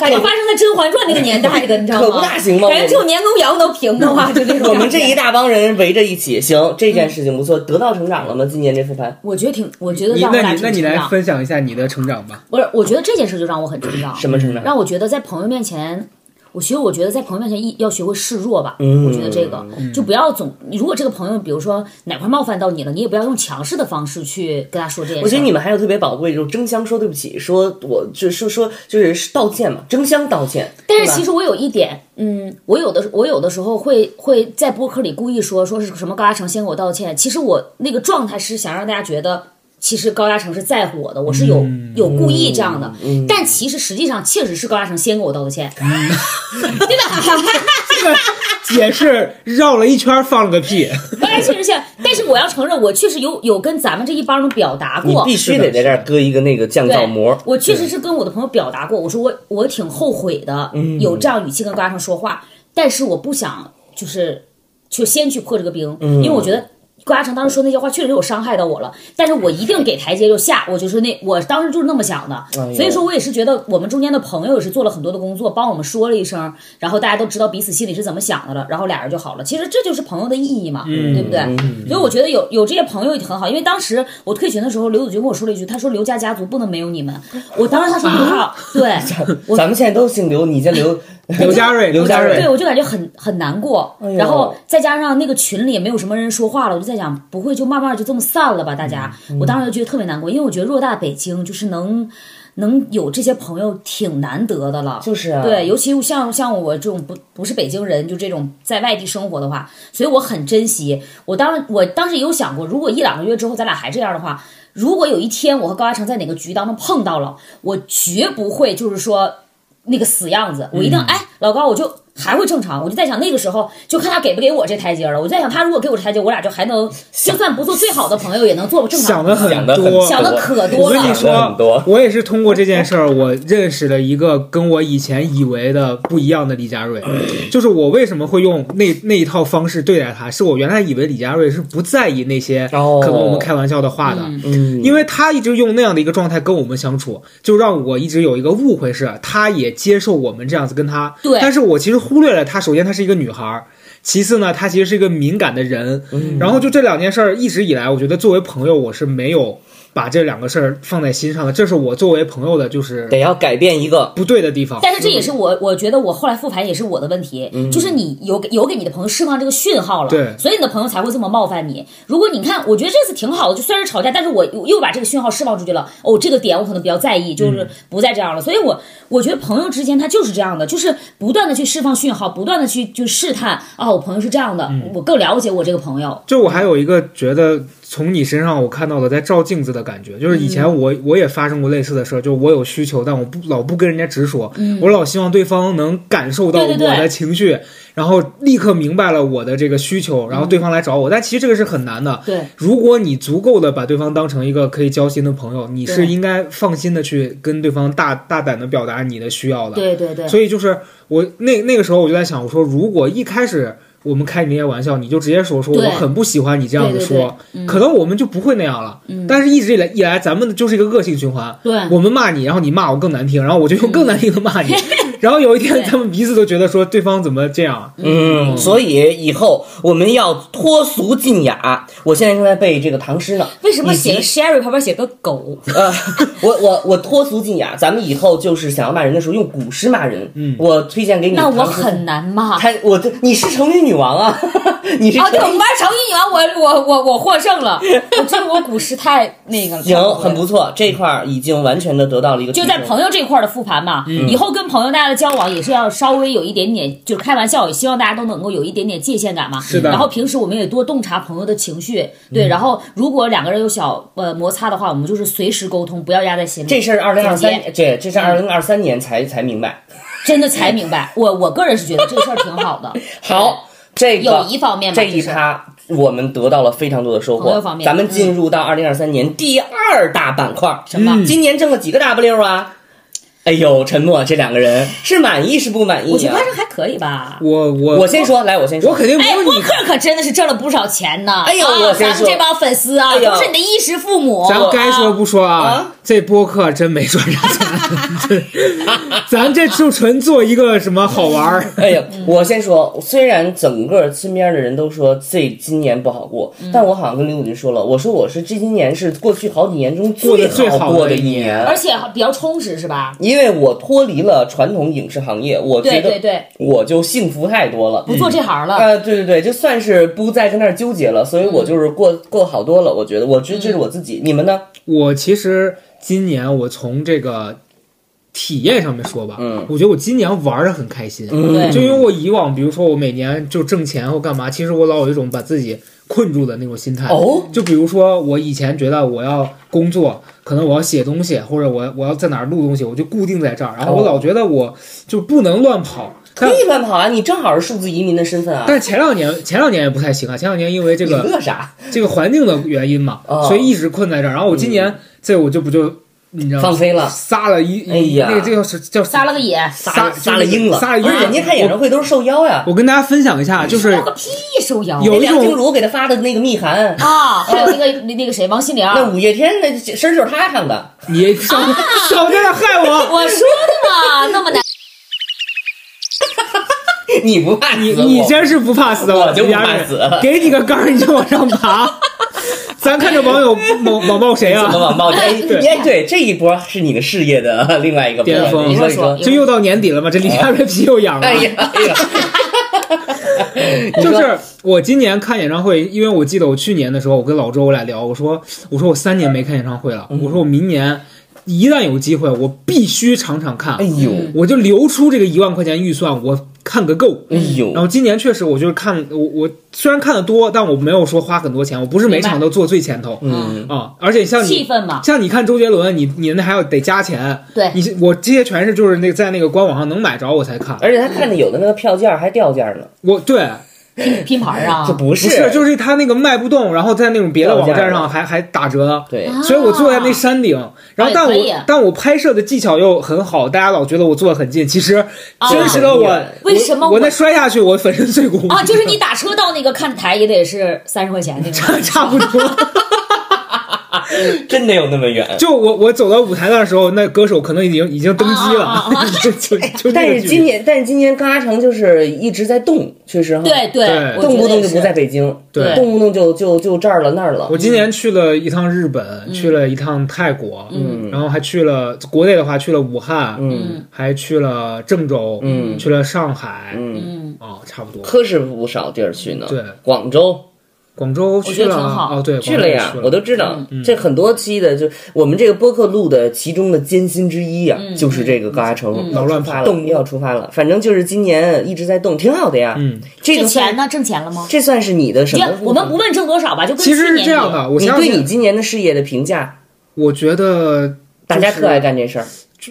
S5: 感觉发生在《甄嬛传》那个年代的，你知道吗？
S2: 可不大行吗？
S5: 感觉只有年羹尧能平的话，就这种。
S2: 我们这 一大帮人围着一起，行，这件事情不错，得到成长了吗？今年这复盘，
S3: 我觉得挺，我觉得
S4: 你
S3: 让我
S4: 那
S3: 俩
S4: 你那
S3: 挺
S4: 你
S3: 成
S4: 来
S3: 长。
S4: 分享一下你的成长吧。
S3: 不是，我觉得这件事就让我很成长，
S2: 什么成长？
S3: 让我觉得在朋友面前，我学，我觉得在朋友面前一要学会示弱吧。
S2: 嗯
S3: 我觉得这个就不要总，如果这个朋友比如说哪块冒犯到你了，你也不要用强势的方式去跟他说这件事。
S2: 我觉得你们还有特别宝贵，就是争相说对不起，说我就说说就是道歉嘛，争相道歉。
S3: 但
S2: 对
S3: 是
S2: 吧
S3: 其实我有一点，嗯，我有的我有的时候会会在播客里故意说说是什么高嘉诚先给我道歉，其实我那个状态是想让大家觉得。其实高嘉诚是在乎我的，我是有、有故意这样的，但其实实际上确实是高嘉诚先给我道的歉， 对吧？
S4: 解释绕了一圈儿放了 个屁，
S3: 当然确实是，但是我要承认，我确实有有跟咱们这一帮人表达
S2: 你
S3: 过，
S2: 必须得在这儿搁一个那个降
S3: 对
S2: 噪膜。
S3: 我确实是跟我的朋友表达过，我说我我挺后悔的，有这样语气跟高嘉诚说话，但是我不想就是就先去破这个冰，因为我觉得。高嘉诚当时说那些话确实有伤害到我了，但是我一定给台阶就下，我就是那我当时就是那么想的，
S2: 呦
S3: 所以说我也是觉得我们中间的朋友也是做了很多的工作，帮我们说了一声，然后大家都知道彼此心里是怎么想的了，然后俩人就好了。其实这就是朋友的意义嘛，对不对？所以我觉得有有这些朋友也很好，因为当时我退群的时候，刘子君跟我说了一句，他说刘家家族不能没有你们。我当时他说不要，对我
S2: 咱们现在都姓刘，你叫刘
S4: 刘家瑞，刘家
S3: 对
S4: 瑞，
S3: 我就感觉很很难过。
S2: 哎呦
S3: 然后再加上那个群里也没有什么人说话了，我就在想，不会就慢慢就这么散了吧？大家，
S2: 嗯
S3: 我当时就觉得特别难过，因为我觉得偌大北京就是能能有这些朋友挺难得的了。
S2: 就是啊，
S3: 对，，尤其像像我这种不不是北京人，就这种在外地生活的话，所以我很珍惜。我当我当时也有想过，如果一两个月之后咱俩还这样的话，如果有一天我和高嘉诚在哪个局当中碰到了，我绝不会就是说那个死样子，我一定、
S4: 嗯
S3: 哎老高我就。还会正常，我就在想那个时候，就看他给不给我这台阶了。我就在想，他如果给我这台阶，我俩就还能，就算不做最好的朋友，也能做正常。
S4: 想的很
S2: 想的很
S4: 多，
S3: 想的可多
S4: 我跟
S3: 了
S4: 你
S2: 想很多
S4: 说，我也是通过这件事儿，我认识了一个跟我以前以为的不一样的李佳瑞。 就是我为什么会用那那一套方式对待他，是我原来以为李佳瑞是不在意那些
S2: 哦
S4: 可跟我们开玩笑的话的，
S2: 嗯，
S4: 因为他一直用那样的一个状态跟我们相处，就让我一直有一个误会是，他也接受我们这样子跟他。
S3: 对
S4: 但是我其实忽略了他，首先她是一个女孩儿，其次呢，她其实是一个敏感的人。
S2: 嗯
S4: 然后就这两件事儿，一直以来，我觉得作为朋友，我是没有把这两个事儿放在心上的，这是我作为朋友的就是
S2: 得要改变一个。
S4: 不对的地方。
S3: 但是这也是我，我觉得我后来复盘也是我的问题，就是你有给有给你的朋友释放这个讯号了，
S4: 对
S3: 所以你的朋友才会这么冒犯你。如果你看，我觉得这次挺好的，就虽然是吵架，但是我又又把这个讯号释放出去了。哦，这个点我可能比较在意，就是不再这样了。所以我我觉得朋友之间他就是这样的，就是不断的去释放讯号，不断的去就试探啊，我朋友是这样的，我更了解我这个朋友。
S4: 就我还有一个觉得从你身上我看到的在照镜子的感觉，就是以前
S3: 嗯
S4: 我、我也发生过类似的事儿，就是我有需求，但我不老不跟人家直说，我老希望对方能感受到
S3: 嗯对
S4: 我
S3: 对对
S4: 的情绪，然后立刻明白了我的这个需求，然后对方来找我，但其实这个是很难的。
S3: 嗯对，
S4: 如果你足够的把对方当成一个可以交心的朋友，你是
S3: 对
S4: 应该放心的去跟对方大大胆的表达你的需要的。
S3: 对对对，
S4: 所以就是我那那个时候我就在想，我说如果一开始我们开你那些玩笑，你就直接说说
S3: 对
S4: 我很不喜欢你这样子
S3: 对对嗯
S4: 说，可能我们就不会那样了。但是一直以来以来，咱们就是一个恶性循环。
S3: 对
S4: 我们骂你，然后你骂我更难听，然后我就用更难听的 骂你，然后有一天
S3: 对
S4: 咱们彼此都觉得说对方怎么这样，
S2: 嗯，所以以后我们要脱俗禁雅。我现在正在背这个唐诗呢。
S3: 为什么
S2: 以及
S3: 写个 Sherry 旁边写个狗？
S2: 呃，我我我脱俗禁雅，咱们以后就是想要骂人的时候用古诗骂人。嗯，我推荐给你
S3: 那
S2: 唐诗。
S3: 我很难 骂。
S2: 他，我这你是成语女王啊， 你是
S3: 啊，对，我
S2: 成
S3: 们
S2: 语
S3: 班成语女王，我我我我获胜了。我觉得我古诗太那个了，
S2: 行，很不错，这块儿已经完全的得到了一个
S3: 就在
S2: 提升
S3: 朋友这块儿的复盘嘛，
S2: 嗯
S3: 以后跟朋友大家的交往也是要稍微有一点点，就是开玩笑，也希望大家都能够有一点点界限感嘛。
S4: 是的
S3: 然后平时我们也多洞察朋友的情绪，
S2: 嗯
S3: 对。然后如果两个人有小呃摩擦的话，我们就是随时沟通，不要压在心里。
S2: 这事儿二零二
S3: 总
S2: 三
S3: 结，嗯
S2: 这这是二零二三年才才明白。
S3: 真 的才明白，我我个人是觉得这个事儿挺好的。
S2: 好，这个
S3: 友谊方面吧
S2: 这一
S3: 这是
S2: 趴我们得到了非常多的收
S3: 朋
S2: 获
S3: 友方。面
S2: 咱们进入到二零二三年第二大板块，嗯
S3: 什么
S2: 今年挣了几个 W 啊？哎呦，沉默，这两个人是满意是不满
S3: 我
S2: 意
S3: 觉得
S2: 啊？
S3: 还可以吧。
S4: 我我
S2: 我先，说，来，我先说，
S4: 我肯定没
S3: 哎，
S4: 有
S3: 播
S4: 你
S3: 客可真的是挣了不少钱呢！
S2: 哎呦
S3: 啊
S2: 我先
S3: 咱们
S2: 说
S3: 这帮粉丝啊，
S2: 哎呦
S3: 都是你的衣食父母。
S4: 咱该说不
S3: 哦
S4: 说啊
S2: 啊，
S4: 这播客真没赚啥钱，真 咱这就纯做一个什么好玩儿。
S2: 哎呀，
S3: 嗯
S2: 我先说，虽然整个身边的人都说这今年不好过，
S3: 嗯
S2: 但我好像跟刘子君说了，我说我是这今年是过去好几年中
S4: 过得最
S2: 好
S4: 好
S2: 过
S4: 的
S2: 一
S4: 一年
S3: 而且比较充实是吧？
S2: 因为我脱离了传统影视行业，我觉
S3: 对
S2: 得
S3: 对对，
S2: 我就幸福太多了。
S3: 不做
S4: 嗯
S3: 这行了。
S2: 呃，对对对，就算是不再跟那儿纠结了，所以我就是过、过得好多了。我觉得，我觉得这是我自己。你们呢？
S4: 我其实今年我从这个体验上面说吧，
S2: 嗯
S4: 我觉得我今年玩的很开心，
S3: 对
S4: 就因为我以往，比如说我每年就挣钱或干嘛，其实我老有一种把自己困住的那种心态。
S2: 哦，
S4: 就比如说我以前觉得我要工作，可能我要写东西，或者我我要在哪儿录东西，我就固定在这儿，然后我
S2: 哦
S4: 老觉得我就不能乱跑。但
S2: 可以乱跑啊！你正好是数字移民的身份啊！
S4: 但前两年前两年也不太行啊，前两年因为这
S2: 你
S4: 个
S2: 乐啥？
S4: 这个环境的原因嘛，
S2: 哦嗯
S4: 所以一直困在这儿。然后我今年这我就不就你知道吗
S2: 放飞了
S4: 撒了一
S2: 哎呀
S4: 那个这个是叫
S3: 撒了个野，
S4: 撒
S2: 撒了鹰了，
S4: 撒了鹰
S2: 不是人家看演唱会都是受邀呀。
S4: 我跟大家分享一下，就是
S3: 个屁受邀
S4: 有一
S2: 梁静
S4: 种
S2: 茹给他发的那个密函，
S3: 啊！还有那个那个谁，王心凌，
S2: 那五月天那声儿就是他唱的。
S4: 你少少在这害我，
S3: 我说的嘛，那么难。
S2: 你不怕
S4: 你
S2: 死我
S4: 你 真是不怕死
S2: 我就不怕死
S4: 你 丫人给你个杆儿你就往上爬。咱看这网友某网暴谁
S2: 怎么
S4: 啊？
S2: 网暴？哎，
S4: 对
S2: 哎，对，这一波是你的事业的 另外一个波
S4: 巅峰
S2: 你说你
S3: 说
S2: 说，
S4: 就又到年底了嘛，这李佳瑞皮又痒了
S2: 哎。呀， 哎呀，
S4: 就
S2: 你
S4: 是我今年看演唱会，因为我记得我去年的时候，我跟老周我俩聊，我说我说我三年没看演唱会
S2: 嗯
S4: 了，我说我明年一旦有机会，我必须场场看
S2: 哎，呦，
S4: 我就留出这个一万块钱预算，我看个够。
S2: 哎
S4: 然
S2: 呦，
S4: 后今年确实，我就是看我我虽然看的多，但我没有说花很多钱，我不是每场都坐最前头
S2: 嗯，
S4: 啊、而且像
S3: 气
S4: 你
S3: 氛嘛，
S4: 像你看周杰伦，你你那还要得加钱，
S3: 对
S4: 你是我这些全是就是那个在那个官网上能买着我才看，
S2: 而且他看着有的那个票价还掉价呢，
S4: 我对
S3: 拼盘啊
S2: 这，不
S4: 不是，就是他那个卖不动，然后在那种别的网站上还还打折，
S2: 对，
S3: 啊哎
S4: 所以我坐在那山顶，然后但
S3: 也可以啊
S4: 我但我拍摄的技巧又很好，大家老觉得我坐得很近，其实真实的
S2: 哦很
S4: 我
S2: 远
S4: 我
S3: 为什么
S4: 我
S3: 我
S4: 那摔下去我粉身碎骨。
S3: 啊，就是你打车到那个看台也得是三十块钱那种
S4: 差不多，
S2: 呃真的有那么远。
S4: 就我我走到舞台的时候，那歌手可能已经已经登机
S3: 啊啊啊
S4: 了， 就就就
S2: 但
S4: 那个
S2: 是
S4: 距
S2: 今
S4: 离。
S2: 年，但是今年嘎城就是一直在动，确实哈，
S3: 对对
S4: 对，
S3: 我觉得
S2: 动不动就
S3: 也是
S2: 不在北京，
S4: 对
S2: 动不动就就就这儿了那儿了
S4: 我。今年去了一趟日
S3: 嗯
S4: 本，去了一趟泰国，
S2: 嗯
S4: 然后还去了国内的话去了武汉，
S2: 嗯
S4: 还去了郑州，
S2: 嗯
S4: 去了上海，
S2: 嗯，
S3: 嗯，
S4: 哦，差不多。
S2: 可是不少地儿去呢，
S4: 对，
S2: 广州
S4: 广州去
S3: 我觉得
S4: 了
S3: 挺好
S4: 哦，对，
S2: 去
S4: 广州
S2: 了
S4: 也
S2: 呀
S4: 去，了嗯
S2: 我都知道。
S3: 嗯
S2: 这很多期的，就我们这个播客录的其中的艰辛之一呀、
S3: 嗯
S2: 就是这个嘎城
S4: 老乱
S2: 发
S4: 跑
S2: 了，动要出发了。反正就是今年一直在动，挺好的呀。
S4: 嗯，
S2: 这
S3: 挣
S2: 个
S3: 钱
S2: 算
S3: 呢？挣钱了吗？
S2: 这算是你的什
S3: 别
S2: 么，部分？
S3: 我们不问挣多少吧，就跟
S4: 其实
S3: 去
S4: 是
S3: 年
S4: 这样
S3: 比，
S4: 的，我
S2: 你
S4: 想
S2: 对
S4: 想
S2: 你，今年的事业的评价，
S4: 我觉得
S2: 大家特爱干这事儿，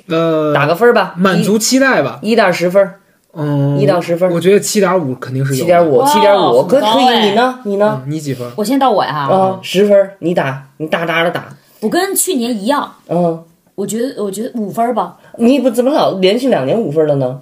S4: 呃，
S2: 打个分儿吧，
S4: 满足期待吧，
S2: 一一到十分儿，
S4: 嗯，
S2: 一到十分
S4: 我觉得七点五肯定是有
S2: 七
S4: 的
S2: 点，五，
S3: 哇
S2: 七点五，可
S3: 很高
S2: 可以，
S3: 哎
S2: 你呢？你呢？
S4: 嗯你几分？
S3: 我先到我呀，
S4: 嗯
S2: 啊，十分儿，你打，你大大的打，
S3: 我跟去年一样，
S2: 嗯，
S3: 我觉得我觉得五分儿吧，
S2: 你不怎么老连续两年五分儿了呢？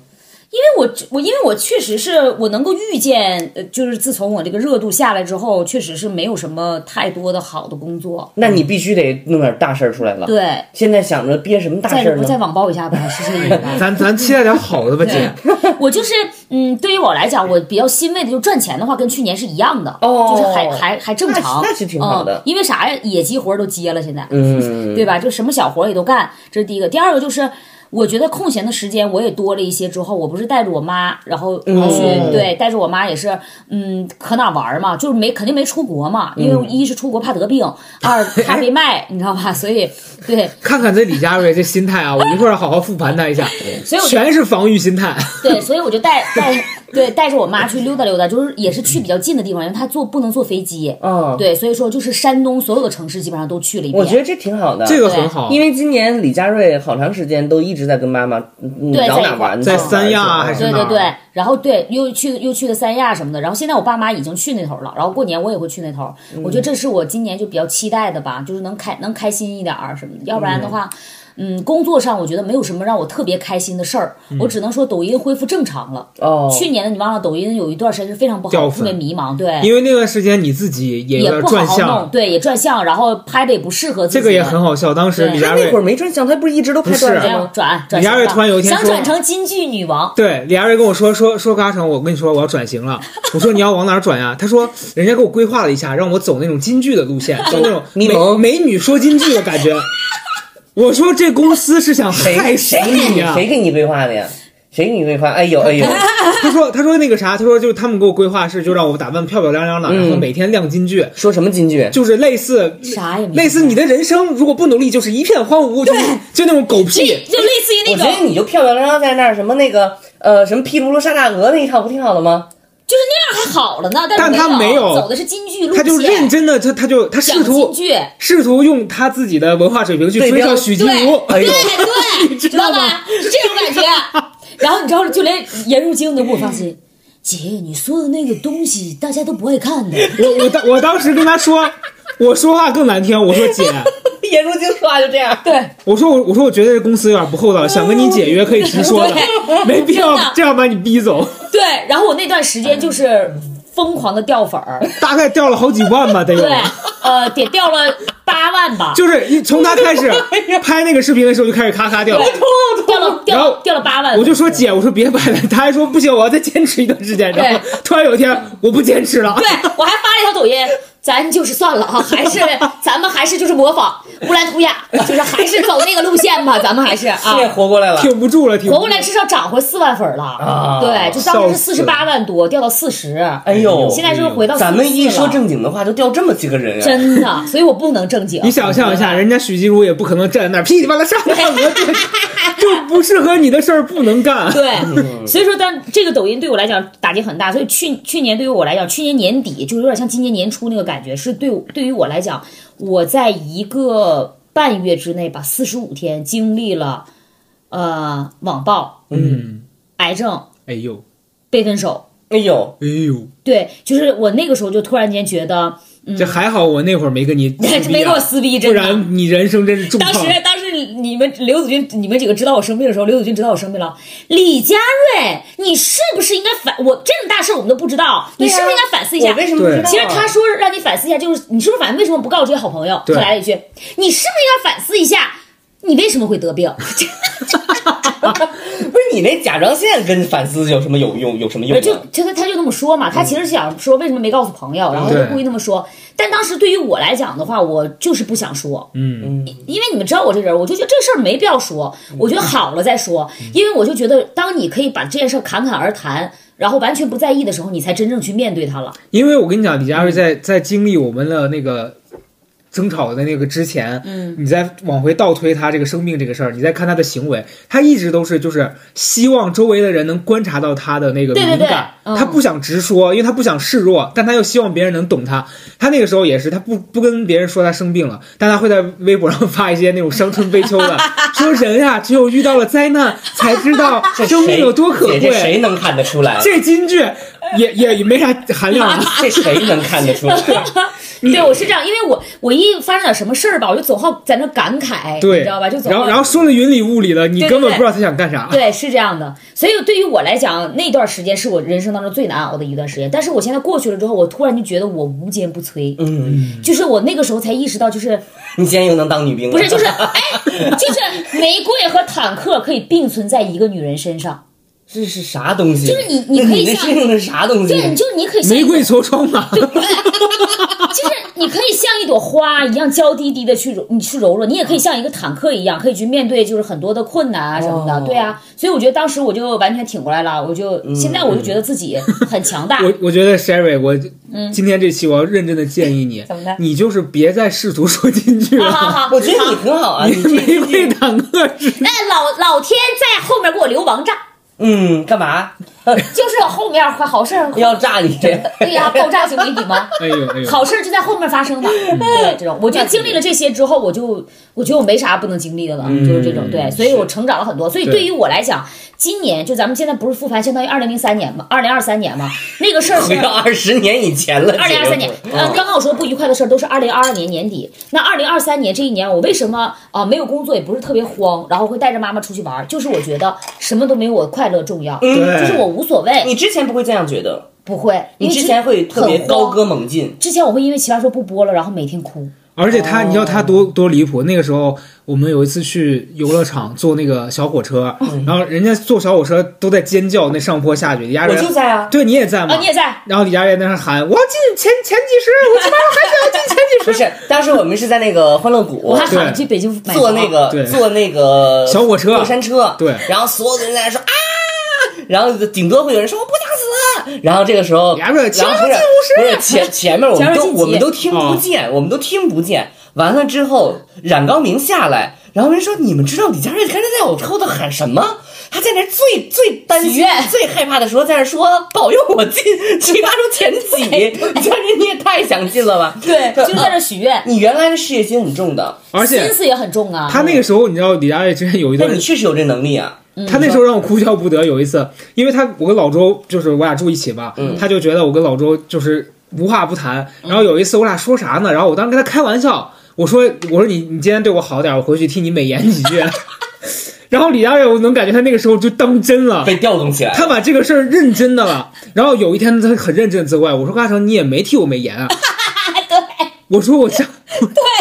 S3: 因为我我因为我确实是我能够预见，呃，就是自从我这个热度下来之后，确实是没有什么太多的好的工作。
S2: 那你必须得弄点大事儿出来了。
S3: 嗯对，
S2: 现在想着憋什么大
S3: 再
S2: 事儿
S3: 不再
S2: 呢？
S3: 网暴一下吧，是这意思 吧？
S4: 咱咱期待点好的吧，姐。
S3: 我就是，嗯，对于我来讲，我比较欣慰的就是赚钱的话，跟去年是一样的，
S2: 哦
S3: 就是还还还正常，
S2: 那是那是挺好的
S3: 嗯因为啥呀？野鸡活儿都接了，现在，
S2: 嗯，
S3: 对吧？就什么小活儿也都干，这是第一个。第二个就是。我觉得空闲的时间我也多了一些，之后我不是带着我妈，然后
S2: 嗯
S3: 去、对带着我妈也是，嗯，可哪玩儿嘛，就是没肯定没出国嘛，因
S2: 嗯
S3: 为一是出国怕得病， 二怕被卖，你知道吧？所以对，
S4: 看看这李佳瑞这心态啊，我一会儿好好复盘他一下，
S3: 所以我就
S4: 全是防御心态。
S3: 对，所以我就带带对，带着我妈去溜达溜达，就是也是去比较近的地方，因为她坐不能坐飞机。
S2: 啊，
S3: 对，所以说就是山东所有的城市基本上都去了一遍。
S2: 我觉得这挺好的。
S4: 这个很好，
S2: 因为今年李佳瑞好长时间都一直在跟妈妈嗯
S3: 对
S2: 找
S3: 在
S2: 哪
S3: 一块儿
S2: 玩，
S4: 在
S2: 找哪
S4: 三亚
S2: 玩
S4: 还是
S3: 对
S4: 哪
S3: 对
S4: 儿
S3: 对，然后对又去又去了三亚什么的，然后现在我爸妈已经去那头了，然后过年我也会去那头，
S4: 嗯
S3: 我觉得这是我今年就比较期待的吧，就是能开能开心一点儿什么的，要不然的话。嗯，工作上我觉得没有什么让我特别开心的事儿，
S4: 嗯
S3: 我只能说抖音恢复正常了。
S2: 哦，
S3: 去年的你忘了，抖音有一段时间是非常不好，
S4: 掉
S3: 特别
S4: 粉
S3: 迷茫，对，
S4: 因为那段时间你自己也有
S3: 也
S4: 点
S3: 不好
S4: 转
S3: 好弄，
S4: 向，
S3: 对，也转向，然后拍的也不适合自己。
S4: 这个也很好笑。当时
S3: 对
S4: 李
S2: 他
S4: 佳
S2: 那
S4: 瑞
S2: 会儿没转向，他不是一直都拍段
S4: 不
S2: 子
S4: 是
S2: 吗？
S3: 哎转转
S4: 李佳
S3: 向
S4: 瑞
S3: 了
S4: 突然有一天
S3: 想
S4: 说
S3: 转成金句女王，
S4: 对，李佳瑞跟我说说说嘎成，我跟你说我要转型了。我说你要往哪儿转呀、他说人家给我规划了一下，让我走那种金句的路线，就那种
S2: 迷蒙
S4: 美美女说金句的感觉。我说这公司是想害
S2: 谁谁给
S4: 你啊
S2: 你
S4: 呀、
S2: 谁给你规划的呀？谁给你规划？哎呦 哎呦，
S4: 他说他说那个啥，他说就是他们给我规划是就让我打扮漂漂亮亮的，然后
S2: 嗯
S4: 每天亮金句，
S2: 说什么金句？
S4: 就是类似
S3: 啥也没
S4: 类似你的人生如果不努力就是一片荒芜，就就那种狗屁。
S3: 就类似于那
S2: 我觉
S3: 种，
S2: 得你就漂漂亮亮在那儿，什么那个呃什么毗卢沙大鹅那一套不挺好的 吗？
S3: 就是那样还好了呢，
S4: 但
S3: 是
S4: 他没有
S3: 走的是京剧路线，
S4: 他就认真的，他他就他
S3: 讲京
S4: 试图
S3: 剧，
S4: 试图用他自己的文化水平去
S2: 对
S4: 追上
S2: 标
S4: 许
S3: 对
S4: 金如，
S2: 哎
S3: 对
S2: 呦
S3: 对，知道吧？是这种感觉。 然后你知道，就连颜如晶都给我发信。姐，你说的那个东西大家都不爱看的，
S4: 我我当我当时跟他说，我说话更难听，我说姐，
S2: 颜如晶说话就这样。
S3: 对，
S4: 我说我我说我觉得这公司有点不厚道，想跟你解约可以直说的，没必
S3: 真
S4: 要
S3: 的
S4: 这样把你逼走。
S3: 对。然后我那段时间就是疯狂的掉粉儿，
S4: 大概掉了好几万吧，得有
S3: 对，，呃，得掉了八万吧，
S4: 就是一从他开始拍那个视频的时候就开始咔咔掉。
S3: 掉了掉
S4: 然
S3: 了
S4: 后
S3: 掉了八万
S4: 我。就说姐，我说别拍了，他还说不行，我要再坚持一段时间。然后突然有一天，我不坚持了，
S3: 对我还发了一条抖音，咱就是算了啊，还是咱们还是就是模仿乌兰图雅，就是还是走那个路线吧，咱们还是啊
S2: 你。也活过来了，
S4: 挺不住了，挺不
S3: 活
S4: 住
S3: 过
S4: 了。
S3: 来至少涨回四万粉了，
S2: 啊
S3: 对，就当时是
S4: 笑
S3: 四
S4: 死
S3: 十八万多，掉到四十，
S2: 哎呦，
S3: 现在就是回到
S2: 咱们一
S3: 44
S2: 说
S3: 了
S2: 正经的话，就掉这么几个人啊！
S3: 真的，所以我不能正经。
S4: 你想象一下，人家许金如也不可能站在那儿噼里啪啦上大鹅，这这不适合你的事儿不能 干。嗯
S3: 对，所以说，但这个抖音对我来讲打击很大。所以去去年对于我来讲，去年年底就是有点像今年年初那个感觉，是对我对于我来讲，我在一个半月之内吧，四十五天经历了呃网暴、
S4: 嗯，
S3: 癌症、
S4: 哎呦，
S3: 被分手。
S2: 哎呦，
S4: 哎呦，
S3: 对，就是我那个时候就突然间觉得，
S4: 这还好，我那会儿没跟你撕逼
S3: 嗯 没给
S4: 啊
S3: 我撕逼，
S4: 不
S3: 真的。
S4: 然你人生真是 重
S3: 当
S4: 创啊
S3: 时。当时你们刘子君，你们几个知道我生病的时候，刘子君知道我生病了。李佳瑞，你是不是应该反我这么大事我们都不知道，你是不是应该反思一下
S2: 我？为什么不知道啊？
S3: 其实他说让你反思一下，就是你是不是反思为什么不告这些好朋友？
S4: 对
S3: 他来了一句，你是不是应该反思一下，你为什么会得病？
S2: 不是你那甲状腺跟反思有什么有用？有什么用
S3: 就
S2: 啊？
S3: 就他他就那么说嘛，他其实想说为什么没告诉朋友，然后就
S4: 嗯对
S3: 故意那么说。但当时对于我来讲的话，我就是不想说，
S4: 嗯，
S3: 因为你们知道我这人，我就觉得这事儿没必要说，我觉得好了再说，
S4: 嗯
S3: 因为我就觉得，当你可以把这件事儿侃侃而谈，然后完全不在意的时候，你才真正去面对它了。
S4: 因为我跟你讲，李佳瑞
S3: 嗯
S4: 在在经历我们的那个争吵的那个之前，嗯，你再往回倒推他这个生病这个事儿，你再看他的行为，他一直都是就是希望周围的人能观察到他的那个
S3: 对
S4: 敏
S3: 对
S4: 感，
S3: 对嗯
S4: 他不想直说，因为他不想示弱，但他又希望别人能懂他。他那个时候也是，他不不跟别人说他生病了，但他会在微博上发一些那种伤春悲秋 的，说人呀、只有遇到了灾难才知道生命有多可
S2: 谁这
S4: 贵。
S2: 谁能看得出来？
S4: 这金句也也也没啥 含量 啊。
S2: 这谁能看得出来？
S3: 对，我是这样，因为我我一发生点什么事儿吧，我就总好在那感慨，
S4: 对，
S3: 哎你知道吧？就总
S4: 然后然后说的云里雾里的，你
S3: 对对
S4: 根本
S3: 对
S4: 不知道他想干啥。
S3: 对，是这样的。所以对于我来讲，那段时间是我人生当中最难熬的一段时间。但是我现在过去了之后，我突然就觉得我无坚不摧，
S2: 嗯，
S3: 就是我那个时候才意识到，就是
S2: 你竟然又能当女兵啊了？
S3: 不是 就是哎，就是玫瑰和坦克可以并存在一个女人身上。
S2: 这是啥东西？
S3: 就是你你可 以
S2: 那
S3: 像
S2: 那身上的是啥东西？
S3: 对，你就你可以像一
S4: 玫
S3: 朵
S4: 瑰痤疮嘛，
S3: 就是你可以像一朵花一样娇滴滴的去揉，你去揉了，你也可以像一个坦克一样，可以去面对就是很多的困难啊什么的，
S2: 哦
S3: 对啊，所以我觉得当时我就完全挺过来了，我就、现在我就觉得自己很强大，
S4: 我我觉得 Sherry，我
S3: 嗯
S4: 今天这期我要认真的建议你
S5: 怎么的，
S4: 你就是别再试图说进 去
S3: 啊好好
S4: 了。
S3: 好，
S2: 我觉得你很好啊，你
S4: 玫瑰坦克 是
S3: 哎那老老天在后面给我留王炸，
S2: 嗯，干嘛？
S3: 就是后面好事儿，
S2: 要炸你，
S3: 对呀，爆炸性一笔吗？
S4: 哎呦哎呦，
S3: 好事儿就在后面发生嘛。对，这种我觉得经历了这些之后，我就我觉得我没啥不能经历的了，嗯就是这种对，所以我成长了很多。所以对于我来讲，今年就咱们现在不是复盘，相当于二零零三年嘛，二零二三年嘛，那个事 儿
S2: 回到二十年以前了。
S3: 二零二三年，呃，
S2: 嗯
S3: 刚刚我说不愉快的事儿都是二零二二年年底。那二零二三年这一年，我为什么啊、呃没有工作，也不是特别慌，然后会带着妈妈出去玩儿，就是我觉得什么都没有我快乐重要，
S4: 对
S3: 就是我无所谓，
S2: 嗯你之前不会这样觉得，
S3: 不会。
S2: 你
S3: 因为
S2: 之前会特别
S3: 很
S2: 高
S3: 慌
S2: 歌嗯猛进。
S3: 之前我会因为《奇葩说》不播了，然后每天哭。
S4: 而且他，你知道他多多离谱？那个时候，我们有一次去游乐场坐那个小火车，
S3: 嗯
S4: 然后人家坐小火车都在尖叫，那上坡下去，李佳
S2: 我
S4: 媛
S2: 就在啊，
S4: 对你也在吗？
S3: 啊，你也在，
S4: 然后李佳媛在那喊：“我要进前前几十，我 他妈还想要进前几
S2: 不
S4: 十。
S2: 是，当时我们是在那个欢乐谷，
S3: 我还喊了
S4: 对
S3: 去北京买
S2: 坐
S3: 房
S2: 那个
S4: 对
S2: 坐那个
S4: 小火车
S2: 过山车，
S4: 对
S2: 然后所有的人在那说啊，然后顶多会有人说我不想死，然后这个时候，
S4: 你还说
S2: 然后不
S4: 前
S2: 是
S4: 面
S2: 不是前前面我
S3: 前
S2: 们
S3: 面
S2: 都
S3: 晋级
S2: 我们都听
S4: 哦
S2: 不见，我们都听不见，完了之后冉高明下来。然后人说：“你们知道李佳瑞刚才在我后头喊什么？他在那儿最最担
S3: 许
S2: 心
S3: 愿、
S2: 最害怕的时候，在那儿说保佑我进奇葩说前几。 你佳瑞，你也太想进了吧？
S3: 对，就在这许愿，
S2: 你原来的事业心很重的，
S4: 而且
S3: 心思也很重啊。
S4: 他那个时候，你知道李佳媛之前有一段
S2: 但你确实有这能力啊。
S4: 他那时候让我哭笑不得。有一次，因为他我跟老周就是我俩住一起嘛，他就觉得我跟老周就是无话不谈。然后有一次我俩说啥呢？然后我当时跟他开玩笑，我说我说你你今天对我好点，我回去替你美言几句。 然后李佳悦，我能感觉他那个时候就当真了。
S2: 被调动起来。
S4: 他把这个事儿认真的了，然后有一天他很认真地责怪我说：“高大成，你也没替我美颜啊。” 对，我说我想，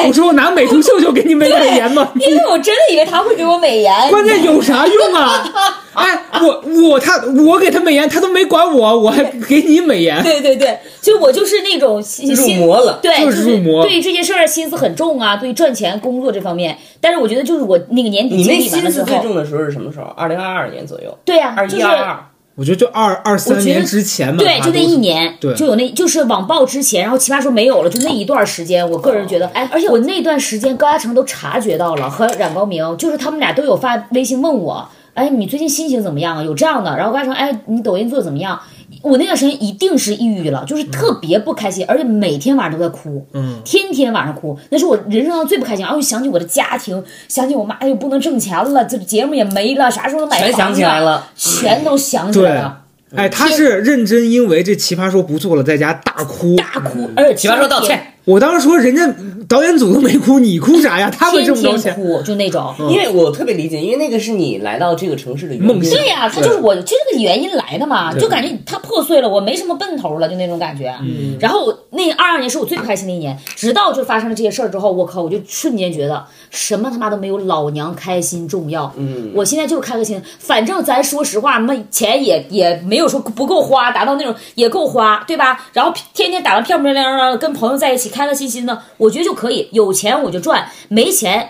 S4: 对，我说我拿美图秀秀给你美美颜吗？
S5: 因为我真的以为他会给我美颜，
S4: 关键有啥 用啊？哎，我我他我给他美颜，他都没管我，我还给你美颜。
S3: 对对对，就我就是那种心
S2: 入
S3: 心
S2: 魔了
S3: 对，
S4: 就
S3: 就是是
S4: 入魔
S3: 对于这件事儿心思很重啊，对于赚钱、工作这方面。但是我觉得就是我那个年底
S2: 你
S3: 经
S2: 那
S3: 历完
S2: 心
S3: 的
S2: 思
S3: 时
S2: 最
S3: 候，
S2: 重的时候是什么时候？二零二二年左右，
S3: 对呀、
S2: 二
S3: 啊就
S2: 一
S3: 是
S2: 二二。
S4: 我觉得就二二
S3: 我
S4: 三
S3: 觉
S4: 年
S3: 得
S4: 之前吧，
S3: 对，就那一年，
S4: 对
S3: 就有那就是网暴之前，然后奇葩说没有了，就那一段时间，我个人觉得，哎，而且我那段时间高嘉诚都察觉到了，和冉高明，就是他们俩都有发微信问我，哎，你最近心情怎么样啊？有这样的，然后高嘉诚，哎，你抖音做的怎么样？我那段时间一定是抑郁了，就是特别不开心，而且每天晚上都在哭，
S4: 嗯，
S3: 天天晚上哭，那是我人生当中最不开心。然后又想起我的家庭，想起我妈哎又不能挣钱了，这节目也没了，啥时候能买
S2: 全
S3: 房
S2: 想
S3: 子
S2: 起来
S3: 啊，
S2: 了，
S3: 全都想起
S4: 对
S3: 来了，。
S4: 哎，他是认真，因为这奇葩说不做了，在家大哭。
S3: 大哭，而且
S2: 奇葩说道
S3: 天天
S2: 歉，
S4: 我当时说，人家导演组都没哭，你哭啥呀？他们这
S3: 天
S4: 么高
S3: 天
S4: 兴，
S3: 哭，就那种。
S2: 因为我特别理解，因为那个是你来到这个城市的原因
S4: 梦想
S3: 对呀、他就是我，就这个原因来的嘛，就感觉他破碎了，我没什么奔头了，就那种感觉。嗯、然后我那二二年是我最不开心的一年，直到就发生了这些事儿之后，我靠，我就瞬间觉得什么他妈都没有老娘开心重要。嗯，我现在就是开个心，反正咱说实话，妈钱也也没有说不够花，达到那种也够花，对吧？然后天天打完漂漂亮亮，跟朋友在一起开开心心的，我觉得就可以。有钱我就赚，没钱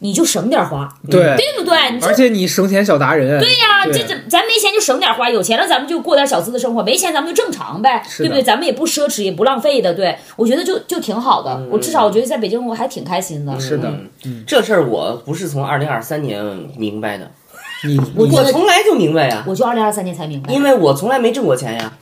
S3: 你就省点花，
S4: 对，
S3: 嗯对不对？你这
S4: 而且你省钱小达人。对
S3: 对呀、这这咱没钱就省点花，有钱了咱们就过点小资的生活，没钱咱们就正常呗，
S4: 是
S3: 对
S4: 的
S3: 不对？咱们也不奢侈，也不浪费的，对我觉得就就挺好
S2: 嗯
S3: 的。我至少我觉得在北京我还挺开心的。
S4: 是的，
S2: 这事儿我不是从二零二三年明白的，
S4: 你
S3: 我觉
S2: 我
S3: 得
S2: 从来就明白呀，
S3: 我就二零二三年才明白
S2: 因，为我从来没挣过钱呀，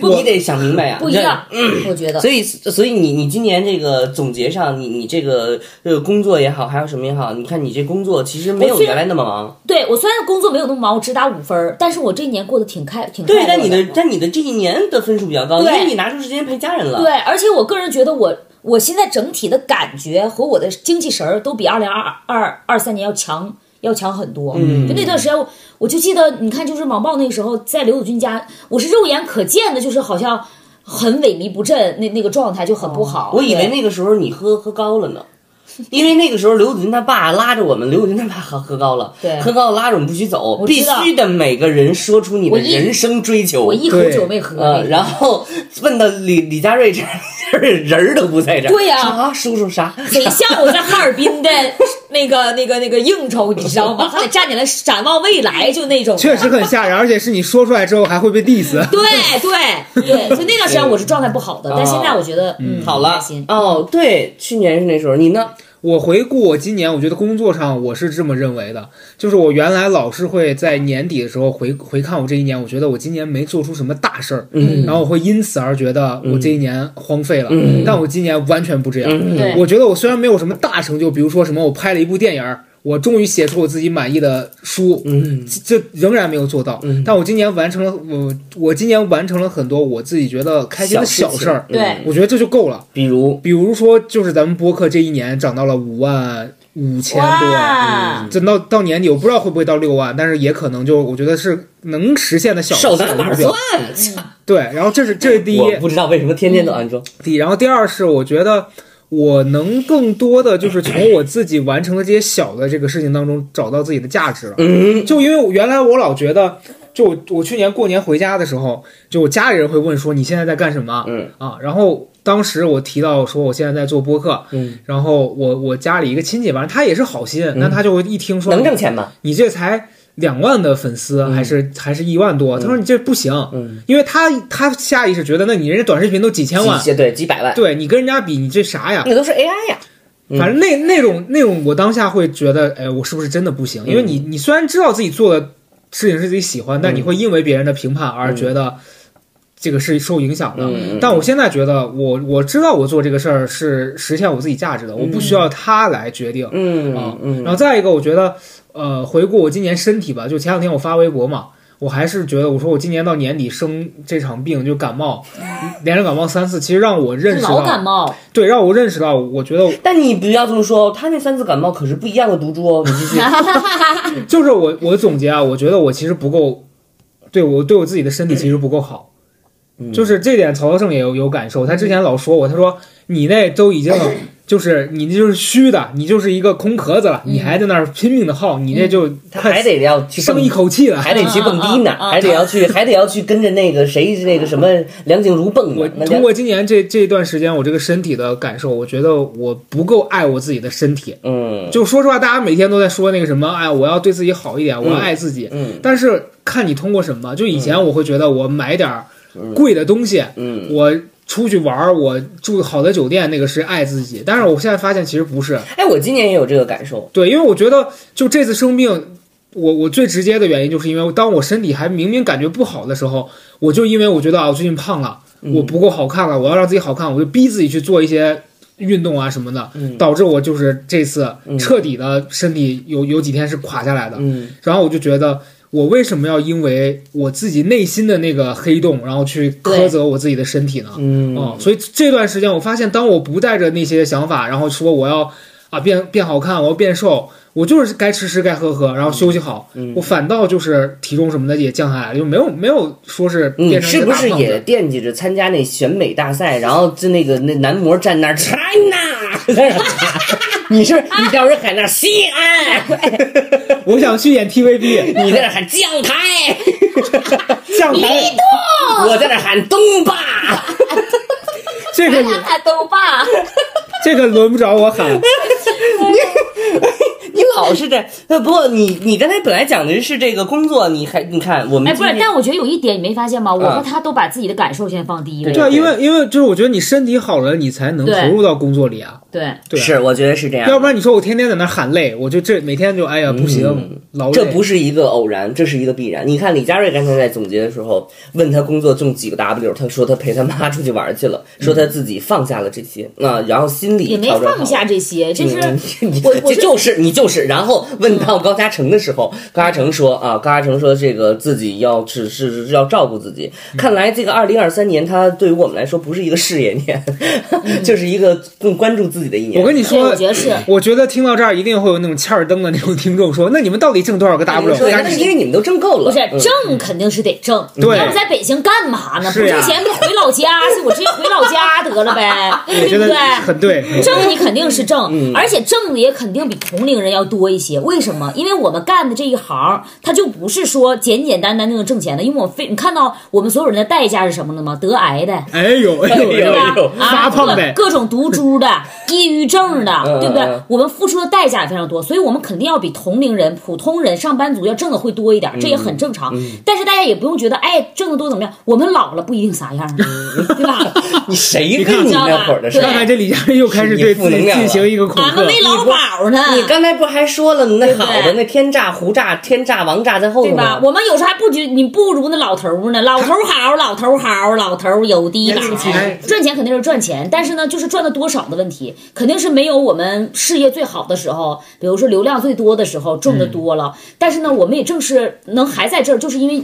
S2: 你得想明白呀，
S3: 不一样，我觉得
S2: 嗯所以，所以你你今年这个总结上，你你这个呃工作也好，还有什么也好，你看你这工作其实没有
S3: 我虽
S2: 原
S3: 然
S2: 来那么忙，
S3: 对我虽然工作没有那么忙，我只打五分儿，但是我这一年过得挺开，挺
S2: 对，
S3: 快
S2: 但
S3: 乐
S2: 你的但你的这一年的分数比较高，因
S3: 对
S2: 为你拿出时间陪家人了。
S3: 对，而且我个人觉得我我现在整体的感觉和我的精气神儿都比二零二二二三年要强。要强很多，
S2: 嗯
S3: 就那段时间我，我就记得，你看，就是网暴那个时候，在刘子君家，我是肉眼可见的，就是好像很萎靡不振，那那个状态就很不
S2: 哦
S3: 好。
S2: 我以为
S3: 对
S2: 那个时候你喝喝高了呢，因为那个时候刘子君他爸拉着我们，刘子君他爸喝喝高了，
S3: 对
S2: 喝高了拉着我们必须走，必
S3: 知道
S2: 须得每个人说出你的
S3: 我一
S2: 人生追求。
S3: 我一口
S4: 对
S3: 酒没喝，
S2: 呃，然后问到李李佳瑞这儿人儿都不在这儿，
S3: 对呀
S2: 说啊，叔叔啥？
S3: 很像我在哈尔 滨的那个那个那个应酬，你知道吗？还得站起来展望未来，就那种。
S4: 确实很吓人，而且是你说出来之后还会被 diss。
S3: 对对对，所以那段时间我是状态不好的，但现在我觉得嗯
S2: 好了
S3: 开心，
S2: 哦，对，去年是那时候，你呢？
S4: 我回顾我今年，我觉得工作上我是这么认为的，就是我原来老是会在年底的时候回回看我这一年，我觉得我今年没做出什么大事儿，
S2: 嗯
S4: 然后我会因此而觉得我这一年荒废了，但我今年完全不这样。
S2: 嗯
S3: 对
S4: 我觉得我虽然没有什么大成就，比如说什么我拍了一部电影儿，我终于写出我自己满意的书，
S2: 嗯
S4: 这这仍然没有做到。
S2: 嗯
S4: 但我今年完成了，我我今年完成了很多我自己觉得开心的小
S2: 事
S4: 事儿，
S2: 情
S3: 对
S2: 嗯
S4: 我觉得这就够了。
S2: 比如
S4: 比如说，就是咱们播客这一年涨到了五万五千多，嗯
S3: 哇，
S4: 这到到年底我不知道会不会到六万，但是也可能就我觉得是能实现的小
S2: 手
S4: 小
S2: 到哪
S4: 目
S2: 儿
S4: 标
S2: 算。？
S3: 嗯
S4: 对，然后这是这是第一，
S2: 我不知道为什么天天都安装。
S4: 第一，然后第二是我觉得我能更多的就是从我自己完成的这些小的这个事情当中找到自己的价值了。
S2: 嗯，
S4: 就因为我原来我老觉得，就我我去年过年回家的时候，就我家里人会问说你现在在干什么？
S2: 嗯
S4: 啊，然后当时我提到说我现在在做播客，
S2: 嗯，
S4: 然后我我家里一个亲戚，反正他也是好心，那他就一听说
S2: 能挣钱吗？
S4: 你这才两万的粉丝，还是还是一万多，他说你这不行，
S2: 嗯，
S4: 因为他他下意识觉得那你人家短视频都几千万
S2: 几。千对几百万，
S4: 对你跟人家比，你这啥呀？
S2: 那都是 AI 呀。嗯
S4: 反正那那种那种，我当下会觉得，哎，我是不是真的不行？因为你
S2: 嗯
S4: 你虽然知道自己做的事情是自己喜欢，但你会因为别人的评判而觉得这个是受影响的。
S2: 嗯，
S4: 但我现在觉得我，我知道我做这个事儿是实现我自己价值的，我不需要他来决定。
S2: 嗯
S4: 啊
S2: 嗯嗯，
S4: 然后再一个，我觉得，呃，回顾我今年身体吧，就前两天我发微博嘛，我还是觉得，我说我今年到年底生这场病，就感冒，
S2: 嗯
S4: 连着感冒三次，其实让我认识
S3: 老感
S4: 到，
S3: 冒，
S4: 对，让我认识到，我觉得
S2: 但你不要这么说哦，他那三次感冒可是不一样的毒株 哦。你继续，
S4: 就是我我总结啊，我觉得我其实不够，对我对我自己的身体其实不够好，
S2: 嗯
S4: 就是这点曹操胜也有有感受，他之前老说我，他说你那都已 经就是你那就是虚的，你就是一个空壳子了，你还在那儿拼命的耗，你这就
S2: 嗯他还得要去
S4: 生
S2: 蹦
S4: 一，口气了。
S2: 还得去蹦 迪呢
S3: 啊啊，啊
S2: 还得要去，还得要去跟着那个谁那个什么梁静茹蹦
S4: 我
S2: 呢。那
S4: 通
S2: 梁
S4: 过今年这这一段时间，我这个身体的感受，我觉得我不够爱我自己的身体。
S2: 嗯
S4: 就说实话，大家每天都在说那个什么，哎，我要对自己好一点，我要爱自己。
S2: 嗯
S4: 但是看你通过什么，就以前我会觉得我买点儿贵的东西，
S2: 嗯，
S4: 我出去玩儿，我住好的酒店，那个是爱自己。但是我现在发现其实不是，
S2: 哎，我今年也有这个感受。
S4: 对，因为我觉得就这次生病，我我最直接的原因就是因为当我身体还明明感觉不好的时候，我就因为我觉得啊，我最近胖了，我不够好看了，我要让自己好看，我就逼自己去做一些。运动啊什么的，
S2: 嗯
S4: 导致我就是这次彻底的身体有有几天是垮下来的，
S2: 嗯
S4: 然后我就觉得，我为什么要因为我自己内心的那个黑洞，然后去苛责我自己的身体呢？
S2: 嗯
S4: 哦，所以这段时间我发现，当我不带着那些想法，然后说我要啊变变好看，我要变瘦，我就是该吃吃该喝喝，然后休息好，
S2: 嗯
S4: 我反倒就是体重什么的也降下来了，就没有没有说是
S2: 你
S4: 变
S2: 嗯
S4: 成
S2: 是
S4: 一个
S2: 不
S4: 大
S2: 是
S4: 胖
S2: 也
S4: 子。
S2: 惦记着参加那选美大赛？然后就那个那男模站那儿 China，你是不是你到时候喊那儿西安，
S4: 我想去演 TVB
S2: 你在那儿 喊将台，
S4: 降台，
S2: 我在那儿喊东 坝。
S4: 这
S5: 他
S4: 个
S5: 俩都爸，
S4: 这个轮不着我喊。
S2: 你老是这，呃，不过你你刚才本来讲的是这个工作，你还你看我们
S3: 哎，不是
S2: 今，天
S3: 但我觉得有一点你没发现吗？我
S2: 啊
S3: 和他都把自己的感受先放第一位
S4: 对，啊，因为因为就是我觉得你身体好了，你才能
S3: 对
S4: 投入到工作里啊。
S3: 对，
S4: 对啊
S2: 是我觉得是这样，
S4: 要不然你说我天天在那喊累，我就这每天就哎呀不行，劳累。
S2: 嗯这不是一个偶然，这是一个必然。你看李佳瑞刚才在总结的时候，问他工作中几个 W，他说他陪他妈出去玩去了，说
S4: 嗯
S2: 他自己放下了这些啊、然后心理
S3: 也没
S2: 调整好
S3: 放下。这些，这是
S2: 嗯，你
S3: 我我
S2: 这
S3: 是
S2: 就是你就是，然后问到高嘉诚的时候，高嘉诚说啊，高嘉诚说这个自己要是是是要照顾自己。
S3: 嗯
S2: 看来这个二零二三年，它对于我们来说不是一个事业年，
S3: 嗯
S2: 就是一个更关注自己的一年。嗯
S4: 我跟你
S3: 对，
S4: 说
S3: 哎
S4: 嗯
S3: 我，觉得是。
S4: 我觉得听到这儿一定会有那种欠儿灯的那种听众说，那你们到底挣多少个
S2: 你
S4: W？
S2: 说，
S4: 但
S2: 那是因为你们都挣够了，
S3: 不是
S2: 嗯
S3: 挣肯定是得挣，
S4: 嗯对
S3: 要不在北京干嘛呢？不
S4: 是呀
S3: 挣钱不回老家去，我直接回老家得了呗，
S4: 我
S3: 对
S4: 觉
S3: 不
S4: 得
S3: 对？
S4: 很对。嗯
S3: 挣你肯定是挣，而且挣的也肯定比同龄人要多一些。为什么？因为我们干的这一行，它就不是说简简单单就能挣钱的。因为我非你看到我们所有人的代价是什么了吗？得癌的，
S4: 哎呦哎呦哎
S2: 哎
S4: 呦
S2: 呦
S3: 对
S4: 哎
S3: 吧
S4: 呦，？发
S3: 啊，
S4: 胖
S3: 各
S4: 呗，
S3: 各种毒株的、抑郁症
S2: 嗯
S3: 的，对
S2: 嗯
S3: 不对
S2: 嗯？
S3: 我们付出的代价也非常多，所以我们肯定要比同龄人、普通人、上班族要挣的会多一点，这也
S4: 嗯
S3: 很正常。但是大家也不用觉得，哎，挣得多怎么样？我们老了不一定啥样啊，对 吧？
S2: 你谁跟
S3: 你看
S2: 那会儿的事
S3: 对
S4: 看
S2: 儿？
S4: 看这李佳琦又开始对自己进行一个恐
S3: 俺
S4: 吓
S3: 们，没老保呢，
S2: 你刚才不还说了那
S3: 对不
S2: 好
S3: 对
S2: 的那天炸、胡炸、天炸、王炸在后
S3: 对
S2: 头
S3: 吧
S2: 呢？？
S3: 我们有时候还不觉你不如那老头儿呢，老头儿好，老头儿好，老头儿有低保
S4: 年轻气盛。
S3: 赚钱肯定是赚钱，但是呢，就是赚的多少的问题，肯定是没有我们事业最好的时候，比如说流量最多的时候挣的多了。
S2: 嗯
S3: 但是呢，我们也正是能还在这儿，就是因为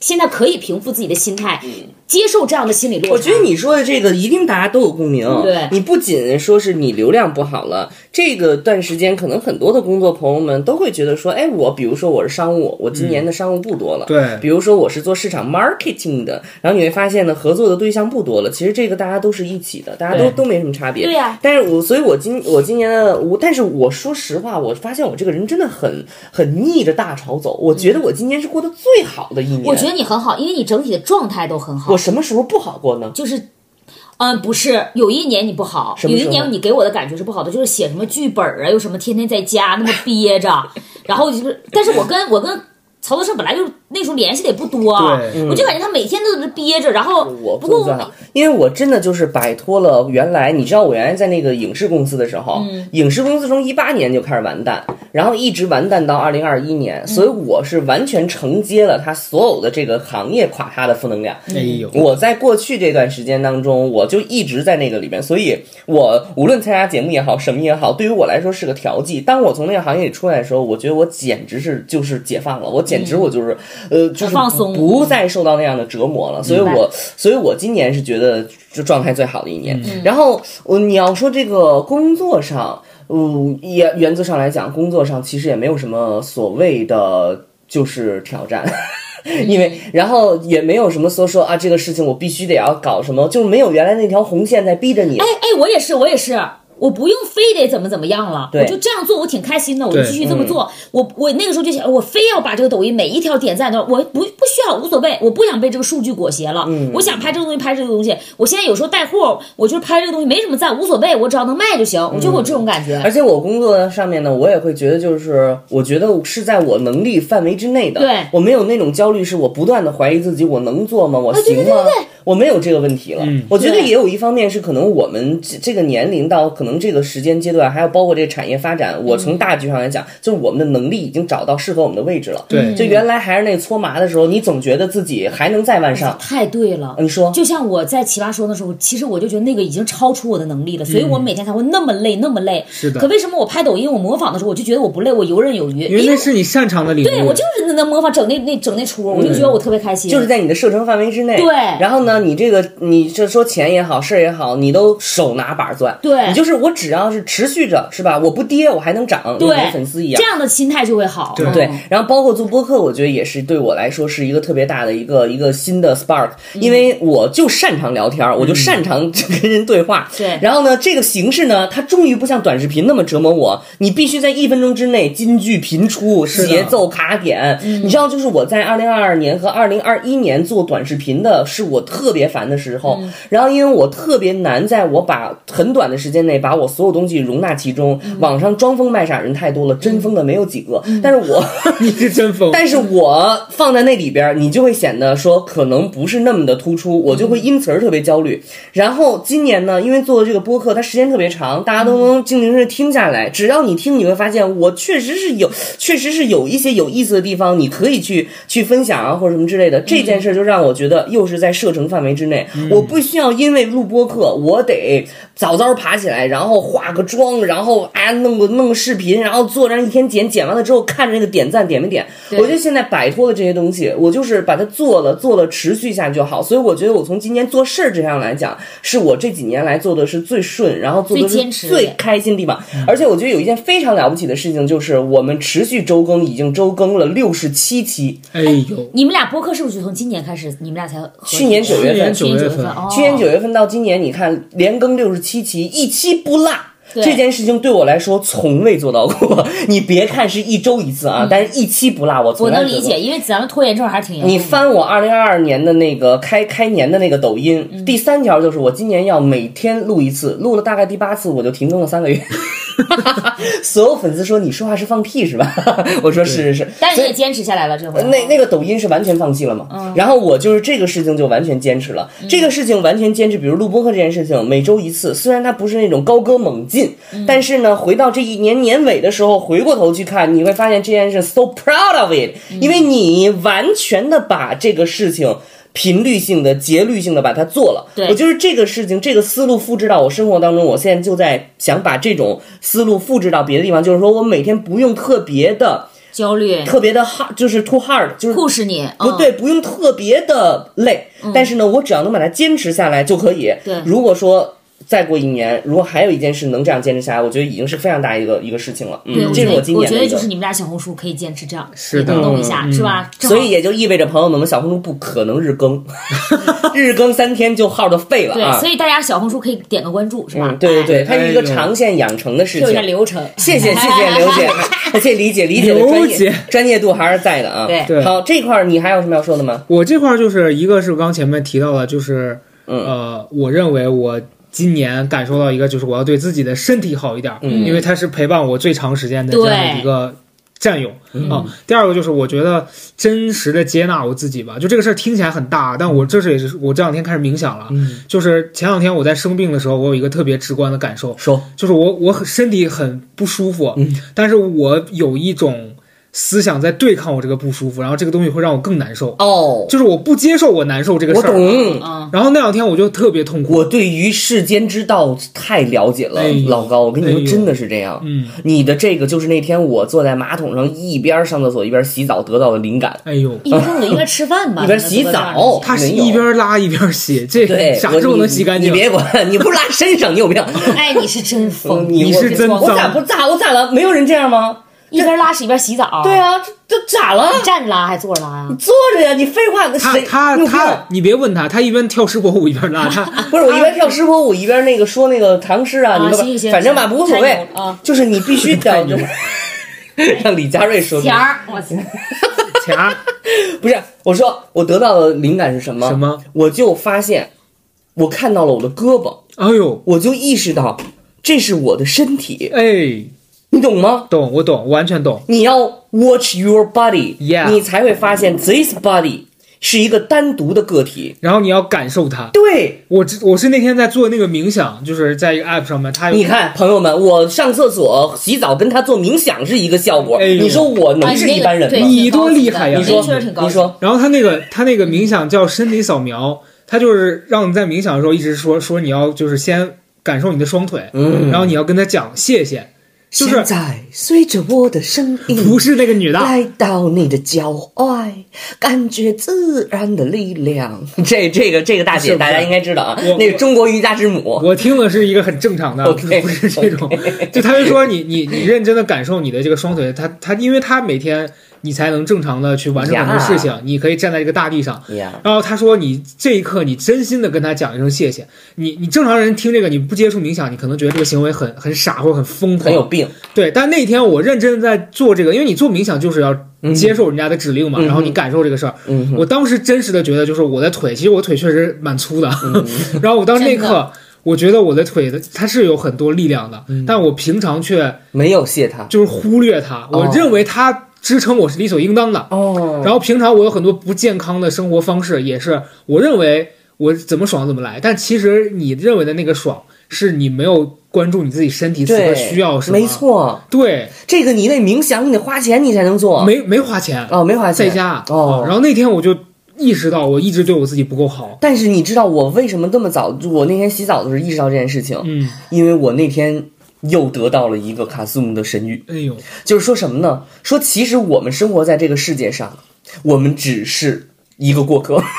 S3: 现在可以平复自己的心态，接受这样的心理落差。
S2: 嗯我觉得你说的这个一定大家都有共鸣。
S3: 对
S2: 你不仅说是你流量不好了，这个段时间可能很多的工作朋友们都会觉得说，哎，我比如说我是商务，我今年的商务不多
S3: 嗯
S2: 了。
S4: 对
S2: 比如说我是做市场 marketing 的，然后你会发现呢，合作的对象不多了。其实这个大家都是一起的，大家都
S4: 对
S2: 都没什么差别。
S3: 对呀
S2: 但是我所以，我今我今年的我，但是我说实话，我发现我这个人真的很很逆着大潮走。我觉得我今年是过得最好的一年。
S3: 我觉得你很好，因为你整体的状态都很好
S2: 我。什么时候不好过呢？
S3: 就是，嗯，不是，有一年你不好，
S2: 什
S3: 有
S2: 么时
S3: 一
S2: 候
S3: 年你给我的感觉是不好的，就是写什么剧本啊，又什么天天在家那么憋着，然后就是，但是我跟我跟曹德胜本来就是那时候联系的也不多，
S4: 对
S3: 我就感觉他每天都在那憋着，然后
S2: 我不
S3: 不过
S2: 算好，因为我真的就是摆脱了原来，你知道我原来在那个影视公司的时候，影视公司从一八年就开始完蛋，然后一直完蛋到二零二一年，所以我是完全承接了它所有的这个行业垮塌的负能量。
S4: 哎呦，
S3: 嗯
S2: 我在过去这段时间当中，我就一直在那个里面，所以我无论参加节目也好，什么也好，对于我来说是个调剂。当我从那个行业里出来的时候，我觉得我简直是就是解放了，我简直我就是、呃，就是
S3: 嗯放松
S2: 不再受到那样的折磨了。所以我，所以我今年是觉得这状态最好的一年。
S3: 嗯
S2: 然后，呃你要说这个工作上。嗯，也原则上来讲，工作上其实也没有什么所谓的就是挑战， 因为然后也没有什么说说啊这个事情我必须得要搞什么，就是没有原来那条红线在逼着你。
S3: 哎哎，我也是，我也是。我不用非得怎么怎么样了，
S2: 对
S3: 我就这样做，我挺开心的，我就
S4: 对嗯
S3: 继续这么做。我我那个时候就想，我非要把这个抖音每一条点赞都，我不不需要，无所谓，我不想被这个数据裹挟了。
S4: 嗯
S3: 我想拍这个东西，拍这个东西。我现在有时候带货，我就是拍这个东西没什么赞，无所谓，我只要能卖就行，我就会有这种感
S4: 嗯
S3: 觉。
S2: 而且我工作上面呢，我也会觉得，就是我觉得是在我能力范围之内的，
S3: 对
S2: 我没有那种焦虑，是我不断的怀疑自己，我能做吗？
S3: 啊
S2: 我行吗？我没有这个问题了。我觉得
S3: 对
S2: 也有一方面是可能我们这这个年龄到可能这个时间阶段，还有包括这个产业发
S3: 嗯
S2: 展，我从大局上来讲，就是我们的能力已经找到适合我们的位置了。
S4: 对
S2: 就原来还是那搓麻的时候，你总觉得自己还能再往上。
S3: 太对了，
S2: 你说
S3: 就像我在奇葩说的时候，其实我就觉得那个已经超出我的能力了，所以我每天才会那么累，那么累。
S4: 嗯是的
S3: 可为什么我拍抖音，我模仿的时候，我就觉得我不累，我游刃有余，
S4: 因为那是你擅长的领域，
S3: 对我就是能模仿整那那整那出，我就觉得我特别开心。
S2: 嗯就是在你的射程范围之内。
S3: 对
S2: 然后呢，你这个你这说钱也好，事儿也好，你都手拿板儿攥。
S3: 对
S2: 你就是我只要是持续着，是吧？我不跌，我还能涨，跟
S3: 对
S2: 我的粉丝一样
S3: 这。样的心态就会好。
S4: 对
S3: 嗯
S2: 对，然后包括做播客，我觉得也是对我来说是一个特别大的一个一个新的 spark，因
S3: 嗯
S2: 为我就擅长聊天儿，我就擅 长跟人对话。
S3: 对
S2: 然后呢，这个形式呢，它终于不像短视频那么折磨我，你必须在一分钟之内金句频出，
S4: 的
S2: 节奏卡点。你知道，就是我在二零二二年和二零二一年做短视频的是我特别烦的时候，然后因为我特别难，在我把很短的时间内把我所有东西容纳其中。网上装疯卖傻人太多了，真疯的没有几个，但是我。
S4: 你是真疯，
S2: 但是我放在那里边儿，你就会显得说可能不是那么的突出，我就会因此而特别焦虑。然后今年呢，因为做的这个播客，它时间特别长，大家都能静静的听下来。只要你听，你会发现我确实是有， 确实是有一些有意思的地方，你可以去去分享啊，或者什么之类的。这件事儿就让我觉得又是在射程范围之内，
S3: 嗯
S2: 我不需要因为录播课，我得早早爬起来，然后化个妆，然后哎呀弄个弄个视频，然后做上一天剪，剪完了之后看着那个点赞点没点。我觉得现在摆脱了这些东西，我就是把它做了，做了持续下去就好。所以我觉得我从今年做事儿这上来讲，是我这几年来做的是最顺，然后做的
S3: 最
S2: 是
S3: 坚持
S2: 最开心的地方。而且我觉得有一件非常了不起的事情，就是我们持续周更，已经周更了六十七期。
S4: 哎呦，
S3: 你们俩播客是不是就从今年开始？你们俩才合
S2: 去年九月
S4: 去
S2: 份，
S4: 年九
S3: 去年
S4: 月
S3: 九月份，
S4: 份
S3: 哦
S2: 去年九月份到今年，你看连更六十七期，一期不落。
S3: 对
S2: 这件事情对我来说从未做到过。 你别看是一周一次啊，但是一期不落，我从
S3: 嗯我
S2: 来
S3: 能
S2: 没做
S3: 理
S2: 过
S3: 解，因嗯为咱们拖延症还是挺严重
S2: 你
S3: 的。
S2: 翻我二零二二年的那个开开年的那个抖音，
S3: 嗯
S2: 第三条就是我今年要每天录一次，录了大概第八次我就停更了三个月。 所有粉丝说你说话是放屁是吧？ 我说是是是，
S3: 但是
S2: 所
S3: 你
S2: 以
S3: 也坚持下来了，这回
S2: 那那个抖音是完全放弃了嘛？然后我就是这个事情就完全坚持了，这个事情完全坚持，比如录播课这件事情，每周一次，虽然它不是那种高歌猛进，但是呢，回到这一年年尾的时候，回过头去看，你会发现这件事 so proud of it，因为你完全的把这个事情。频率性的、节律性的把它做了，
S3: 对
S2: 我就是这个事情，这个思路复制到我生活当中。我现在就在想把这种思路复制到别的地方，就是说我每天不用特别的、
S3: 焦虑
S2: 特别的 hard，就是 too hard，就是
S3: 促使你
S2: 不，
S3: 嗯
S2: 对，不用特别的累，但是呢，我只要能把它坚持下来就可以。
S3: 对
S2: 如果说再过一年，如果还有一件事能这样坚持下来，我觉得已经是非常大一个一个事情了。
S3: 嗯对，
S2: 嗯，
S3: 我
S2: 这
S3: 觉
S2: 是
S3: 得
S2: 今
S3: 我
S2: 年
S3: 觉
S2: 的
S3: 得
S2: 一个
S3: 就。是你们俩小红书可以坚持这样，
S4: 是的
S3: 你能动一下是吧？正好
S2: 所以也就意味着，朋友们们，小红书不可能日更，日更三天就号都废了
S3: 对，
S2: 啊
S3: 所！以大家小红书可以点个关注是吧
S2: 嗯，？对对对，它是一个
S4: 哎呦
S2: 长线养成的事
S3: 哎，有一
S2: 情
S3: 下。流程。
S2: 谢 谢谢谢刘姐，而且理解理解的专
S4: 刘
S2: 业
S4: 姐
S2: 专业度还是在的啊。
S3: 对
S4: 对
S2: 好，这块儿你还有什么要说的吗？
S4: 我这块儿就是一个是我刚前面提到的，就是、呃，我认为我今年感受到一个，就是我要对自己的身体好一点儿，
S2: 嗯
S4: 因为它是陪伴我最长时间的这样的一个。战友啊，第二个就是我觉得真实的接纳我自己吧，就这个事儿听起来很大，但我这是也是我这两天开始冥想了，就是前两天我在生病的时候，我有一个特别直观的感受，
S2: 说，
S4: 就是我我很身体很不舒服，但是我有一种思想在对抗我这个不舒服，然后这个东西会让我更难受，
S2: 哦，
S4: 就是我不接受我难受这个
S2: 我
S4: 事儿。
S2: 懂，
S3: 嗯，
S4: 然后那两天我就特别痛苦，
S2: 我对于世间之道太了解了，
S4: 哎呦
S2: 老高，我跟你
S4: 哎
S2: 说，
S4: 呦
S2: 真的是这样。
S4: 嗯，
S2: 你的这个就是那天我坐在马桶上一边上厕所一边洗澡得到的灵感，
S4: 哎呦，
S3: 一边弄着一边吃饭吧，
S2: 一边洗澡。
S4: 他是
S2: 没有
S4: 一边拉一边洗，这
S2: 对，
S4: 啥
S2: 我
S4: 时候能洗干净？
S2: 你你别管，你不拉身上，你有病。
S3: 哎，你是真疯，
S2: 你
S4: 你是真
S2: 我我咋
S4: 脏
S2: 不咋我咋了？没有人这样吗？
S3: 一边拉屎一边洗澡。
S2: 对，啊，这这咋了？
S3: 站着拉还坐着拉呀？
S2: 坐着呀，你废话，
S4: 他
S2: 谁
S4: 他
S2: 有病
S4: 他，你别问他，他一边跳石博舞一边拉 他。
S2: 不是我一边跳石坡舞一边那个说那个唐诗啊，
S3: 啊
S2: 你干嘛
S3: 行行
S2: 反正吧，
S3: 行
S2: 无所谓
S3: 太牛了啊
S2: 就是你必须得 让李佳瑞说明
S3: 钱儿，我操！
S4: 钱儿
S2: 不是，我说我得到的灵感是什么？
S4: 什么？
S2: 我就发现，我看到了我的胳膊，
S4: 哎呦，
S2: 我就意识到这是我的身体，
S4: 哎，
S2: 你懂吗？
S4: 懂我懂，完全懂。
S2: 你要 watch your body，、
S4: Yeah
S2: 你才会发现 this body 是一个单独的个体。
S4: 然后你要感受它。
S2: 对，
S4: 我只我是那天在做那个冥想，就是在一个 app 上面，它有
S2: 你看，朋友们，我上厕所、洗澡跟他做冥想是一个效果。
S4: 哎呦
S2: 你说我
S3: 啊
S2: 能是一般人吗？
S4: 你多厉害呀
S2: 你
S4: 你
S2: 说，
S3: 确实挺高级的。
S2: 你说，
S4: 然后他那个他那个冥想叫身体扫描，他就是让你在冥想的时候一直说说你要就是先感受你的双腿，
S2: 嗯
S4: 然后你要跟他讲谢谢，就是
S2: 现在随着我的声音，
S4: 不是那个女的，
S2: 来到你的脚踝，感觉自然的力量。 这这个这个大姐
S4: 是不是
S2: 大家应该知道啊
S4: 我，
S2: 那个中国瑜伽之母。
S4: 我听的是一个很正常的，不
S2: OK，
S4: 是不是 这种，就他就说你你你认真的感受你的这个双腿，他他因为他每天你才能正常的去完成很多事情，你可以站在这个大地上，
S2: 呀，
S4: 然后他说：“你这一刻，你真心的跟他讲一声谢谢。你你正常人听这个，你不接触冥想，你可能觉得这个行为很很傻或者很疯狂，
S2: 很有病。
S4: 对。但那天我认真地在做这个，因为你做冥想就是要接受人家的指令嘛，
S2: 嗯
S4: 然后你感受这个事儿。
S2: 嗯哼
S4: 我当时真实的觉得，就是我的腿，其实我腿确实蛮粗的，
S2: 嗯
S4: 然后我当时那一
S3: 真
S4: 刻。”我觉得我的腿的它是有很多力量的，
S2: 嗯
S4: 但我平常却
S2: 没有谢他。
S4: 就是忽略它，我
S2: 哦
S4: 认为它支撑我是理所应当的。
S2: 哦，
S4: 然后平常我有很多不健康的生活方式，也是我认为我怎么爽怎么来，但其实你认为的那个爽，是你没有关注你自己身体此刻
S2: 对，
S4: 需要什么。
S2: 没，错，
S4: 对，
S2: 这个你得冥想，你得花钱，你才能做。
S4: 没没花钱，
S2: 哦，没花钱，
S4: 在家。
S2: 啊
S4: 啊
S2: 哦。
S4: 然后那天我就意识到，我一直对我自己不够好。
S2: 但是你知道我为什么那么早？我那天洗澡的时候意识到这件事情，
S4: 嗯，
S2: 因为我那天又得到了一个卡苏姆的神谕。
S4: 哎呦，
S2: 就是说什么呢？说其实我们生活在这个世界上，我们只是一个过客。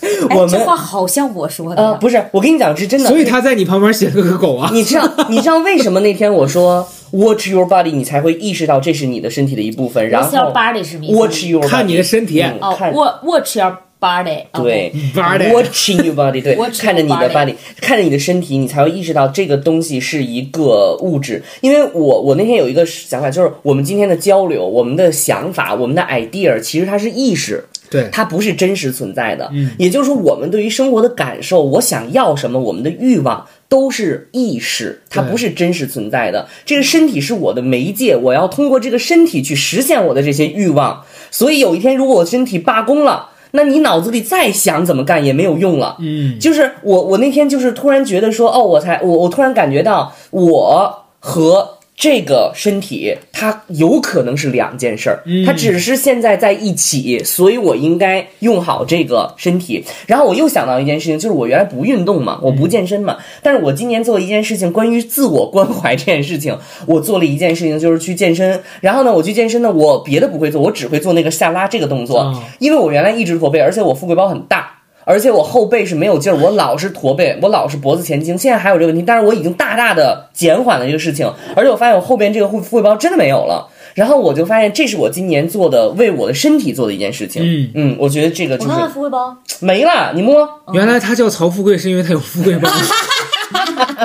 S5: 哎
S2: 我们
S5: 这话好像我说的
S2: 呃，
S5: 呀，
S2: 不是，我跟你讲是真的。
S4: 所以他在你旁边写了个狗啊。
S2: 你知道，你知道为什么那天我说 watch your body，你才会意识到这是你的身体的一部分，然后
S3: ，Watch your body 是什么意思
S2: watch your body,
S4: 看你的身体
S2: 嗯
S3: 哦
S2: 看
S3: ，watch watch your body，啊
S2: 对。
S4: body
S2: watching your body，对
S3: Watching
S2: 看着你的
S3: your body
S2: 看着你的身体，你才会意识到这个东西是一个物质。因为我我那天有一个想法，就是我们今天的交流，我们的想法，我们的 idea，其实它是意识。
S4: 对嗯
S2: 它不是真实存在的。也就是说，我们对于生活的感受，我想要什么，我们的欲望都是意识，它
S4: 对
S2: 不是真实存在的。这个身体是我的媒介，我要通过这个身体去实现我的这些欲望。所以有一天，如果我身体罢工了。那你脑子里再想怎么干也没有用了，嗯，就是我我那天就是突然觉得说，哦，我才我我突然感觉到我和这个身体它有可能是两件事儿，它只是现在在一起，所以我应该用好这个身体。然后我又想到一件事情，就是我原来不运动嘛，我不健身嘛，但是我今年做一件事情，关于自我关怀这件事情，我做了一件事情，就是去健身。然后呢，我去健身呢，我别的不会做，我只会做那个下拉这个动作
S4: 哦，
S2: 因为我原来一直驼背，而且我富贵包很大。而且我后背是没有劲儿，我老是驼背，我老是脖子前倾，现在还有这个问题，但是我已经大大的减缓了这个事情，而且我发现我后边这个富贵包真的没有了，然后我就发现这是我今年做的为我的身体做的一件事情，
S4: 嗯
S2: 嗯，我觉得这个
S5: 我
S2: 就是
S5: 看看富贵包，
S2: 没了，你摸，
S4: 原来他叫曹富贵是因为他有 富贵包，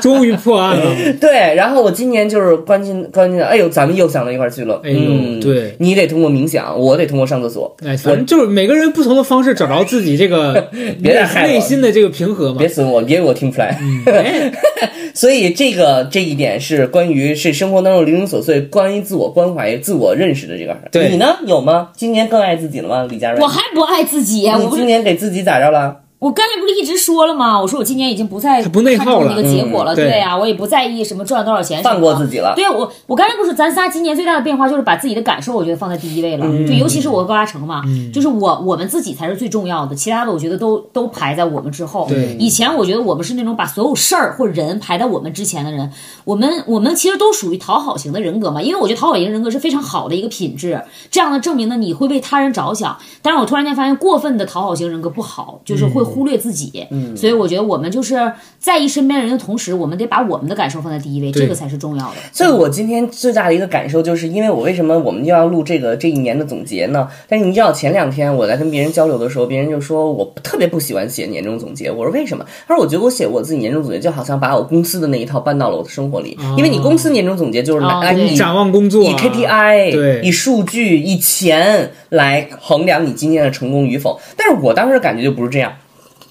S4: 终于破案了。
S2: 对，然后我今年就是关心关心，哎呦，咱们又想到一块儿去了，
S4: 哎呦
S2: 嗯，
S4: 对
S2: 你得通过冥想，我得通过上厕所，
S4: 哎，反正就是每个人不同的方式找着自己这个
S2: 别
S4: 内
S2: 再害我了
S4: 内心的这个平和嘛
S2: 别。损我，别我听不出来。 所以这个这一点是关于是生活当中零零琐碎，关于自我关怀、自我认识的这个。
S4: 对
S2: 你呢？有吗？今年更爱自己了吗？李佳瑞，
S3: 我还不爱自己，我
S2: 你
S3: 不
S2: 今
S3: 是
S2: 年给自己咋着了？
S3: 我刚才不是一直说了吗？我说我今年已经不再
S4: 他不内
S3: 看
S4: 耗
S3: 重
S4: 了
S3: 那个结果了，
S4: 嗯对
S3: 呀、我也不在意什么赚了多少钱什么的，
S2: 放过自己了
S3: 对啊，我我刚才不是咱仨今年最大的变化就是把自己的感受，我觉得放在第一位了，就尤其是我和高嘉诚嘛，就是我我们自己才是最重要的，其他的我觉得都都排在我们之后。
S4: 对
S3: 以前我觉得我们是那种把所有事儿或人排在我们之前的人，我们我们其实都属于讨好型的人格嘛，因为我觉得讨好型人格是非常好的一个品质，这样呢证明呢你会为他人着想。但是我突然间发现，过分的讨好型人格不好，就是会忽略自己。嗯，所以我觉得我们就是在意身边人的同时，我们得把我们的感受放在第一位，
S4: 对
S3: 这个才是重要的。
S2: 所以我今天最大的一个感受就是，因为我为什么我们就要录这个这一年的总结呢？但是你知道，前两天我在跟别人交流的时候，别人就说我特别不喜欢写年终总结。我说为什么？他说我觉得我写我自己年终总结，就好像把我公司的那一套搬到了我的生活里，因为你公司年终总结就是拿
S3: 哦
S2: 拿
S3: 对
S2: 你
S4: 展望工作
S2: 以
S4: 啊，
S2: KPI、
S4: 对
S2: 以数据、以钱来衡量你今年的成功与否。但是我当时感觉就不是这样，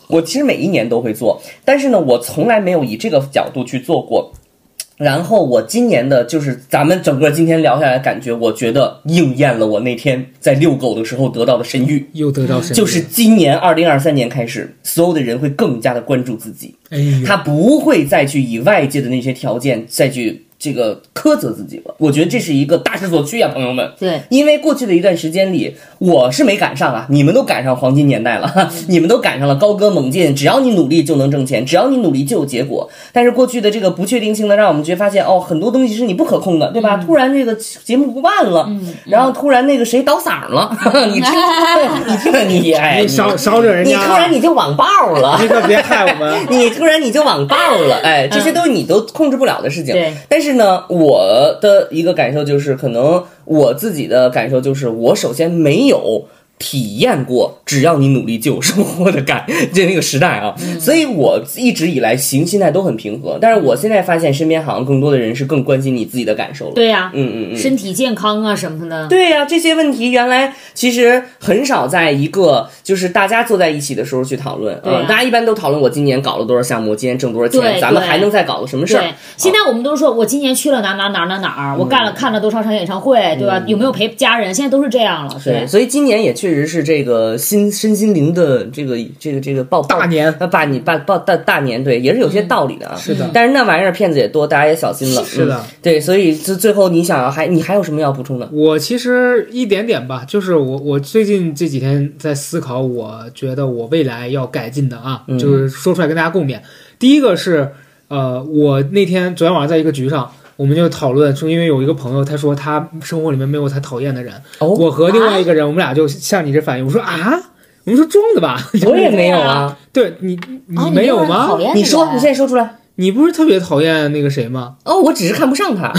S2: 我其实每一年都会做，但是呢，我从来没有以这个角度去做过。然后我今年的就是咱们整个今天聊下来，感觉我觉得应验了我那天在遛狗的时候得到的神谕，
S4: 又得到神
S2: 就
S4: 力
S2: 是今年二零二三年开始，所有的人会更加的关注自己，
S4: 哎呦，
S2: 他不会再去以外界的那些条件再去这个苛责自己了。我觉得这是一个大势所趋啊，朋友们。
S3: 对，
S2: 因为过去的一段时间里，我是没赶上啊，你们都赶上黄金年代了， 你们都赶上了高歌猛进，只要你努力就能挣钱，只要你努力就有结果。但是过去的这个不确定性呢，让我们觉得发现哦，很多东西是你不可控的，对吧？突然这个节目不办了，然后突然那个谁倒嗓儿了，你听，你听你哎，
S4: 你
S2: 你
S4: 少少惹人
S2: 你
S4: 家啊，
S2: 突然你就网暴了，。
S4: 你可别害我们
S3: 嗯
S2: 你突然你就网暴了，哎，这些都是你都控制不了的事情。
S3: 对
S2: 但是呢，我的一个感受就是，可能我自己的感受就是，我首先没有。体验过，只要你努力就有收获的感， 就那个时代啊，
S3: 嗯
S2: 所以我一直以来行心态都很平和，但是我现在发现身边好像更多的人是更关心你自己的感受了。
S3: 对呀、
S2: 嗯嗯嗯，
S3: 身体健康啊什么的。
S2: 对呀、这些问题原来其实很少在一个就是大家坐在一起的时候去讨论啊、
S3: 对啊
S2: 大家一般都讨论我今年搞了多少项目，我今年挣多少钱，
S3: 对
S2: 咱们
S3: 对
S2: 还能再搞个什么事儿啊
S3: 对。，现在我们都说，我今年去了哪哪哪哪哪
S2: 嗯
S3: 儿，我干了看了多少场演唱会，对吧？有没有陪家人？现在都是这样了，
S2: 对，
S3: 对
S2: 所以今年也确实是这个心身心灵的这个这个这个爆啊
S4: 大年嗯
S2: 那大年大爆大大年，对，也是有些道理的啊。
S4: 是的
S2: 但是那玩意儿骗子也多，大家也小心了。
S4: 是的
S2: 嗯对，所以最最后你想要还你还有什么要补充的？
S4: 我其实一点点吧，就是我我最近这几天在思考，我觉得我未来要改进的啊，就是说出来跟大家共勉。第一个是，呃，我那天昨天晚上在一个局上，我们就讨论说，因为有一个朋友他说他生活里面没有他讨厌的人，
S2: 哦
S4: 我和另外一个人，我们俩就像你这反应，我说啊，我们说装的吧，
S2: 我也没有啊，
S4: 对你
S3: 啊
S4: 你没有吗？
S3: 讨厌的人
S2: 你说你现在说出来。
S4: 你不是特别讨厌那个谁吗？
S2: 哦，我只是看不上他，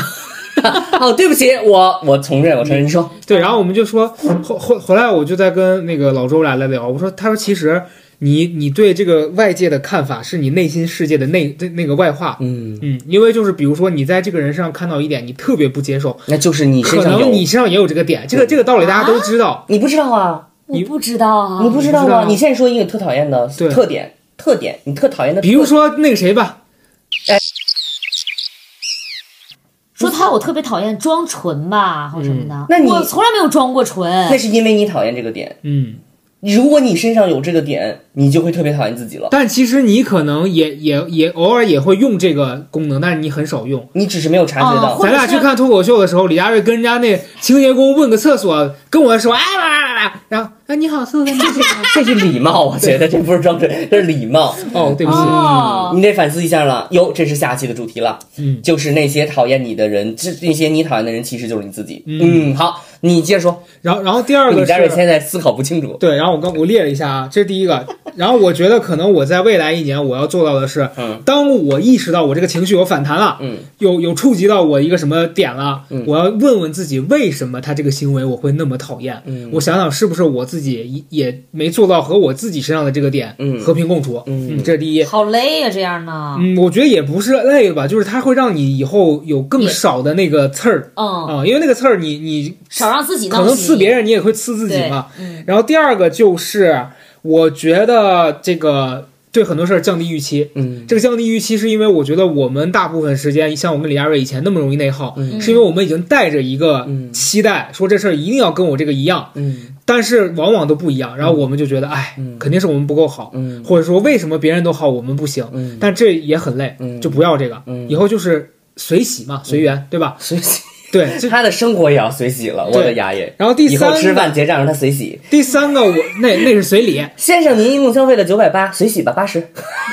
S2: 哦，对不起，我我承认，我承认。你说，
S4: 对，然后我们就说，后后后来我就在跟那个老周俩来聊，我说，他说其实你你对这个外界的看法是你内心世界的内那那个外化，
S2: 嗯，
S4: 嗯，因为就是比如说你在这个人身上看到一点你特别不接受，
S2: 那就是你身
S4: 可
S2: 上有啊
S4: 能你身上也有这个点，这个这个道理大家都知道，
S2: 你不知道啊，
S3: 我不知道啊，
S2: 你不知道
S4: 你不知
S2: 吗？
S4: 道
S2: 你现在说一个特讨厌的
S4: 对
S2: 特点，特点，你特讨厌的特，
S4: 比如说那个谁吧，
S3: 说他我特别讨厌装纯吧，或什么的。
S2: 嗯那你
S3: 我从来没有装过纯，
S2: 那是因为你讨厌这个点。
S4: 嗯，
S2: 如果你身上有这个点，你就会特别讨厌自己了。
S4: 但其实你可能也也也偶尔也会用这个功能，但是你很少用。
S2: 你只是没有察觉
S3: 哦
S2: 到
S3: 或，者
S4: 咱俩
S3: 是
S4: 去看脱口秀的时候，李佳瑞跟人家那清洁工问个厕所，跟我说哎哇哇哇哇，然后哎你好，厕所在哪里？
S2: 这是礼貌，我 觉得这不是装纯，这是礼貌。嗯
S4: 哦，对不起，
S3: 哦，
S2: 你得反思一下了。哟，这是下期的主题了，
S4: 嗯
S2: 就是那些讨厌你的人，这那些你讨厌的人，其实就是你自己。
S4: 嗯
S2: 嗯，好，你接着说。
S4: 然后然后第二
S2: 李
S4: 个
S2: 佳瑞
S4: 是，
S2: 现在思考不清楚。
S4: 对，然后我刚我列了一下啊，这是第一个。然后我觉得可能我在未来一年我要做到的是，
S2: 嗯
S4: 当我意识到我这个情绪有反弹了，
S2: 嗯，
S4: 有有触及到我一个什么点了，
S2: 嗯
S4: 我要问问自己为什么他这个行为我会那么讨厌，
S2: 嗯
S4: 我想想是不是我自己也也没做到和我自己身上的这个点
S2: 嗯
S4: 和平共处，
S2: 嗯
S4: 这是第一。
S3: 好累呀、啊这样呢。
S4: 嗯，我觉得也不是累了吧，就是它会让你以后有更
S3: 也
S4: 少的那个刺儿
S3: 嗯，
S4: 啊、因为那个刺儿你你
S3: 少让自己闹
S4: 可能
S3: 心
S4: 刺别人，你也会刺自己
S3: 对
S4: 嘛。，
S3: 嗯
S4: 然后第二个就是，我觉得这个对很多事儿降低预期，
S2: 嗯
S4: 这个降低预期是因为我觉得我们大部分时间，像我跟李佳瑞以前那么容易内耗，
S2: 嗯
S4: 是因为我们已经带着一个
S2: 嗯
S4: 期待，说这事儿一定要跟我这个一样，
S2: 嗯
S4: 但是往往都不一样，然后我们就觉得，哎，
S2: 嗯
S4: 肯定是我们不够好，
S2: 嗯
S4: 或者说为什么别人都好，我们不行，
S2: 嗯，
S4: 但这也很累，
S2: 嗯
S4: 就不要这个，
S2: 嗯
S4: 以后就是随喜嘛，随缘，对 吧？
S2: 随喜，
S4: 对，这。
S2: 他的生活也要随喜了。我的
S4: 对
S2: 牙也。
S4: 然后第
S2: 以
S4: 三
S2: 后
S4: 个，
S2: 吃饭结账让他随喜。
S4: 第三个我那那是随礼，
S2: 先生，您一共消费了九百八，随喜吧，八十。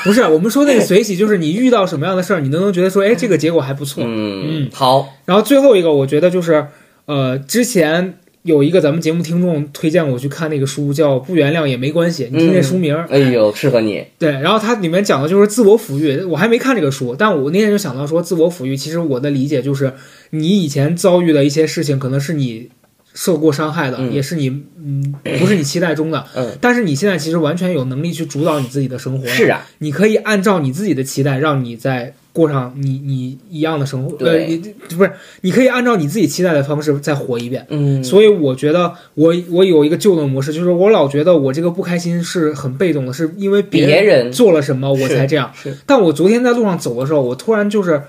S4: 不是我们说那个随喜，就是你遇到什么样的事儿，你都能觉得说，哎，这个结果还不错，
S2: 嗯，好，
S4: 然后最后一个，我觉得就是，呃，之前有一个咱们节目听众推荐我去看那个书，叫《不原谅也没关系》，你听这书名儿，
S2: 哎呦，适合你。
S4: 对。然后它里面讲的就是自我抚育，我还没看这个书，但我那天就想到说，自我抚育，其实我的理解就是，你以前遭遇的一些事情，可能是你受过伤害的，
S2: 嗯
S4: 也是你嗯不是你期待中的，
S2: 嗯
S4: 但是你现在其实完全有能力去主导你自己的生活，
S2: 是啊，
S4: 你可以按照你自己的期待，让你在过上你你一样的生活，呃，
S2: 对
S4: 你不是，你可以按照你自己期待的方式再活一遍。
S2: 嗯，
S4: 所以我觉得我我有一个旧的模式，就是我老觉得我这个不开心是很被动的，是因为
S2: 别人
S4: 做了什么我才这样。
S2: 是是
S4: 但我昨天在路上走的时候，我突然就是，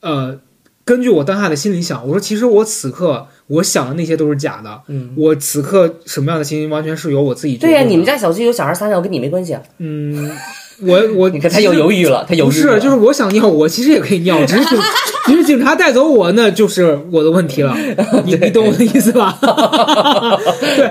S4: 呃，根据我当下的心里想，我说其实我此刻我想的那些都是假的，
S2: 嗯，
S4: 我此刻什么样的心情完全是由我自己决定
S2: 对
S4: 的。
S2: 呀，你们家小区有小孩撒尿，跟你没关系啊。
S4: 嗯，我我
S2: 你看他又
S4: 其实
S2: 犹豫了，他犹豫
S4: 不是，
S2: 了
S4: 就是 我想尿，我其实也可以尿，只是 警只是警察带走我，那就是我的问题了。你你懂我的意 思吧？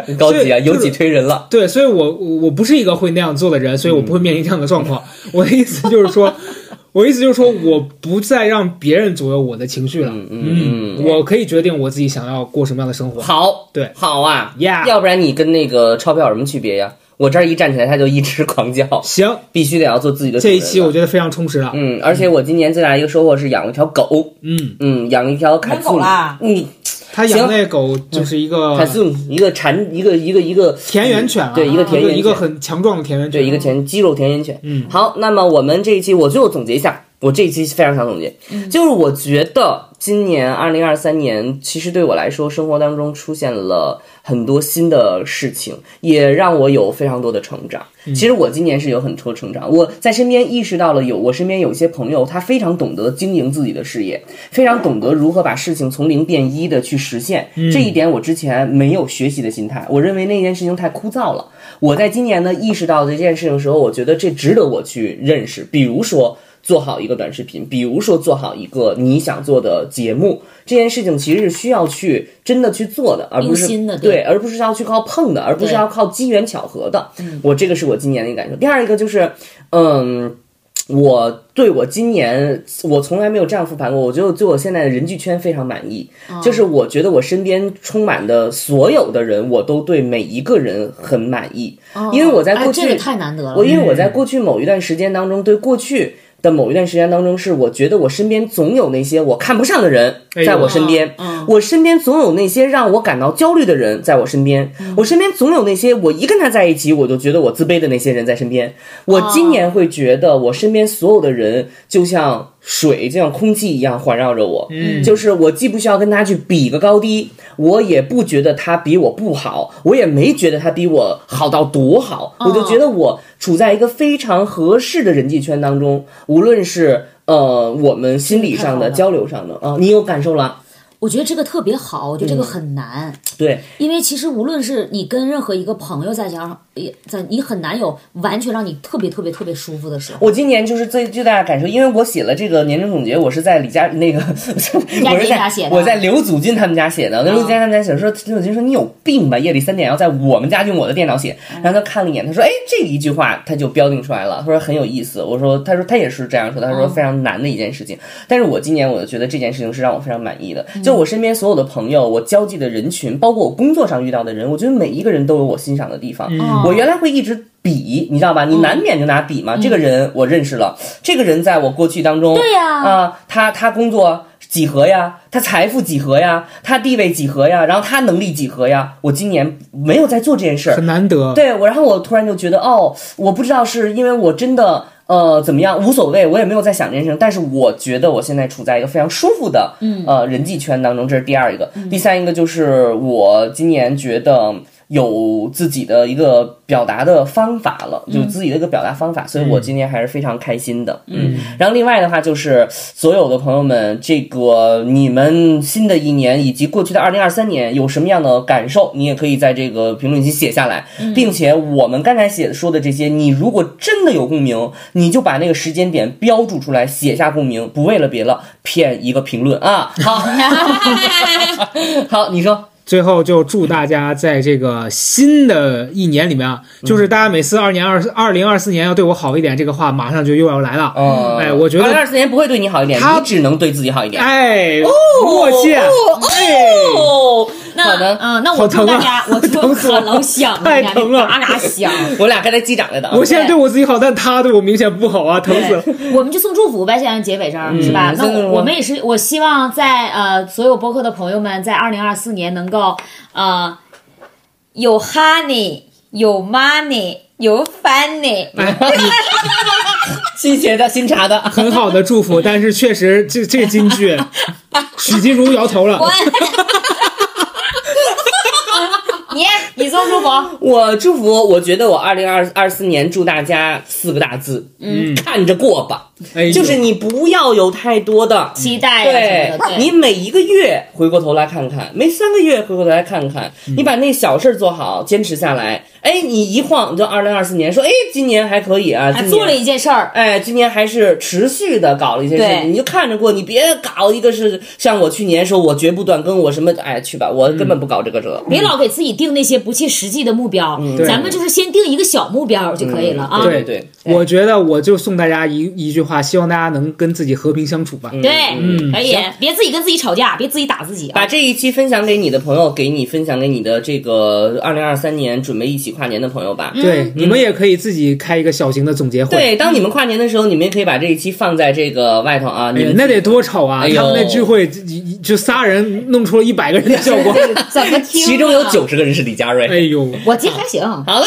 S4: 对，
S2: 高
S4: 所以
S2: 级啊，
S4: 就
S2: 由己
S4: 是
S2: 推人了。
S4: 对，所以我我我不是一个会那样做的人，所以我不会面临这样的状况。
S2: 嗯
S4: 我的意思就是说， 我的意思就是说，我不再让别人左右我的情绪了。
S2: 嗯嗯嗯，
S4: 我可以决定我自己想要过什么样的生活。
S2: 好，
S4: 对
S2: 好啊，
S4: 呀
S2: 要不然你跟那个钞票有什么区别呀？我这儿一站起来，他就一直狂叫，
S4: 行，
S2: 必须得要做自己的主
S4: 这
S2: 人
S4: 一
S2: 了。
S4: 期我觉得非常充实了。
S2: 嗯，而且我今年最大一个收获是养了一条狗，
S4: 嗯，
S2: 嗯，养了一条凯
S5: 养狗
S2: 苏，
S5: 啦
S2: 嗯，
S4: 他养
S2: 行嗯
S4: 那狗就是一个
S2: 凯苏一个蝉，一个一个一个
S4: 田园犬啊，
S2: 对一个田园犬
S4: 一个很强壮的田园犬，
S2: 对，一个田肌肉田园犬。
S4: 嗯
S2: 好，那么我们这一期我最后总结一下，我这一期非常想总结，就是我觉得今年二零二三年，其实对我来说，生活当中出现了很多新的事情，也让我有非常多的成长。其实我今年是有很多成长，我在身边意识到了有我身边有一些朋友，他非常懂得经营自己的事业，非常懂得如何把事情从零变一的去实现。这一点我之前没有学习的心态，我认为那件事情太枯燥了。我在今年呢意识到这件事情的时候，我觉得这值得我去认识。比如说做好一个短视频，比如说做好一个你想做的节目，这件事情其实是需要去真的去做的，而不是
S3: 用心的对
S2: 对，而不是要去靠碰的，而不是
S3: 对嗯
S2: 要靠机缘巧合的。我这个是我今年的一个感受。第二一个就是，嗯。我对我今年我从来没有这样复盘过，我觉得我对我现在的人际圈非常满意，
S3: 哦
S2: 就是我觉得我身边充满的所有的人，我都对每一个人很满意，因为我在
S3: 哎
S2: 过
S3: 这
S2: 去
S3: 个太难得了。
S4: 嗯
S2: 我因为我在过去某一段时间当中，对过去的某一段时间当中，是我觉得我身边总有那些我看不上的人
S4: 哎呦
S2: 在我身边，
S3: 嗯
S2: 我身边总有那些让我感到焦虑的人在我身边，
S3: 嗯
S2: 我身边总有那些我一跟他在一起我就觉得我自卑的那些人在身边。
S3: 哦
S2: 我今年会觉得我身边所有的人就像水，就像空气一样环绕着我，
S4: 嗯
S2: 就是我既不需要跟他去比个高低，我也不觉得他比我不好，我也没觉得他比我好到多好，
S3: 哦
S2: 我就觉得我处在一个非常合适的人际圈当中，无论是呃我们心理上
S3: 太好
S2: 的
S3: 了
S2: 交流上的啊、你有感受了？
S3: 我觉得这个特别好，我觉得这个
S2: 嗯
S3: 很难，
S2: 对，
S3: 因为其实无论是你跟任何一个朋友在一起，也在你很难有完全让你特别特别特别舒服的时候。
S2: 我今年就是最最大的感受，因为我写了这个年终总结，我是在李佳那个， 我是
S3: 金
S2: 在
S3: 家写的啊
S2: 我在刘祖君他们家写的。那刘祖君他们家写说，刘祖君说你有病吧？夜里三点要在我们家用我的电脑写。
S3: 嗯
S2: 然后他看了一眼，他说：“哎，这一句话他就标定出来了。”他说很有意思。我说：“他说他也是这样说，
S3: 嗯
S2: 他说非常难的一件事情。但是我今年我就觉得这件事情是让我非常满意的。
S3: 嗯
S2: 就我身边所有的朋友，我交际的人群，包括我工作上遇到的人，我觉得每一个人都有我欣赏的地方。
S3: 嗯
S2: 我原来会一直比，你知道吧？你难免就拿比嘛。这个人我认识了，这个人在我过去当中，
S3: 对呀
S2: 啊、他他工作几何呀，他财富几何呀，他地位几何呀，然后他能力几何呀。我今年没有在做这件事儿，
S4: 很难得。
S2: 对我，然后我突然就觉得，哦，我不知道是因为我真的呃怎么样无所谓，我也没有在想这件事情，但是我觉得我现在处在一个非常舒服的嗯呃人际圈当中，这是第二一个，第三一个就是我今年觉得。有自己的一个表达的方法了，有自己的一个表达方法，所以我今年还是非常开心的。嗯，然后另外的话就是，所有的朋友们，这个你们新的一年以及过去的二零二三年有什么样的感受，你也可以在这个评论区写下来，并且我们刚才写说的这些，你如果真的有共鸣，你就把那个时间点标注出来，写下共鸣，不为了别了，骗一个评论啊。好，好，你说，
S4: 最后就祝大家在这个新的一年里面啊，
S2: 嗯
S4: 就是大家每次二年二二零二四年要对我好一点，这个话马上就又要来了。
S2: 嗯，
S4: 哎我觉得
S2: 二零二四年不会对你好一点，
S4: 他
S2: 你只能对自己好一点。
S4: 哎，默契，
S2: 哦，好
S3: 那
S2: 的
S3: 嗯，那
S4: 好
S3: 我祝
S4: 疼啊
S3: 大家，我祝
S4: 疼死我
S3: 可老响了，
S4: 太
S3: 你俩
S4: 疼了
S3: 嘎嘎响。
S2: 我俩刚才击掌来的啊。
S4: 我现在对我自己好，但他对我明显不好啊，疼死了。
S2: 哎
S4: 嗯
S3: 对，我们就送祝福呗，现在结尾这儿、是吧？那
S2: 送祝福
S3: 我我们也是，我希望在呃所有播客的朋友们，在二零二四年能够呃
S5: 有 honey，有 money，有 funny。
S2: 新学的新查的，
S4: 很好的 祝福，但是确实这这金句，许金如摇头了。
S5: 你
S3: 你送祝福，
S2: 我祝福，我觉得我二零二二四年祝大家四个大字，嗯，看着过吧，
S4: 哎呦，
S2: 就是你不要有太多的。啊
S3: 期待呀、
S2: 对
S3: 什么的。
S2: 你每一个月回过头来看看，每三个月回过头来看看，
S3: 嗯
S2: 你把那小事儿做好，坚持下来，哎，你一晃就二零二四年，说哎，今年还可以啊，今
S3: 还
S2: 年
S3: 做了一件事儿，
S2: 哎，今年还是持续的搞了一些事
S5: 对
S2: 情，你就看着过，你别搞一个是像我去年说我绝不断更，我什么哎去吧，我根本不搞这个这个。
S3: 嗯别老给自己定那些不切实际的目标，
S4: 对
S3: 咱们就是先定一个小目标就可以了啊。
S2: 嗯对对，
S4: 我觉得我就送大家一一句话，希望大家能跟自己和平相处吧。
S2: 嗯
S3: 对，可以
S2: 行，
S3: 别自己跟自己吵架，别自己打自己 啊
S2: 把！这一期分享给你的朋友，给你分享给你的这个二零二三年准备一起跨年的朋友吧。
S4: 对，你们也可以自己开一个小型的总嗯结会。
S2: 对，当你们跨年的时候，你们也可以把这一期放在这个外头啊。
S4: 哎
S2: 你
S4: 呀
S2: 们，
S4: 那得多吵啊！
S2: 哎呦
S4: 他们那聚会就就仨人弄出 了一百个人的效果。
S5: 怎么听啊？
S2: 其中有九十个人是李佳瑞。
S4: 哎呦，
S3: 我今天还行，
S2: 好了。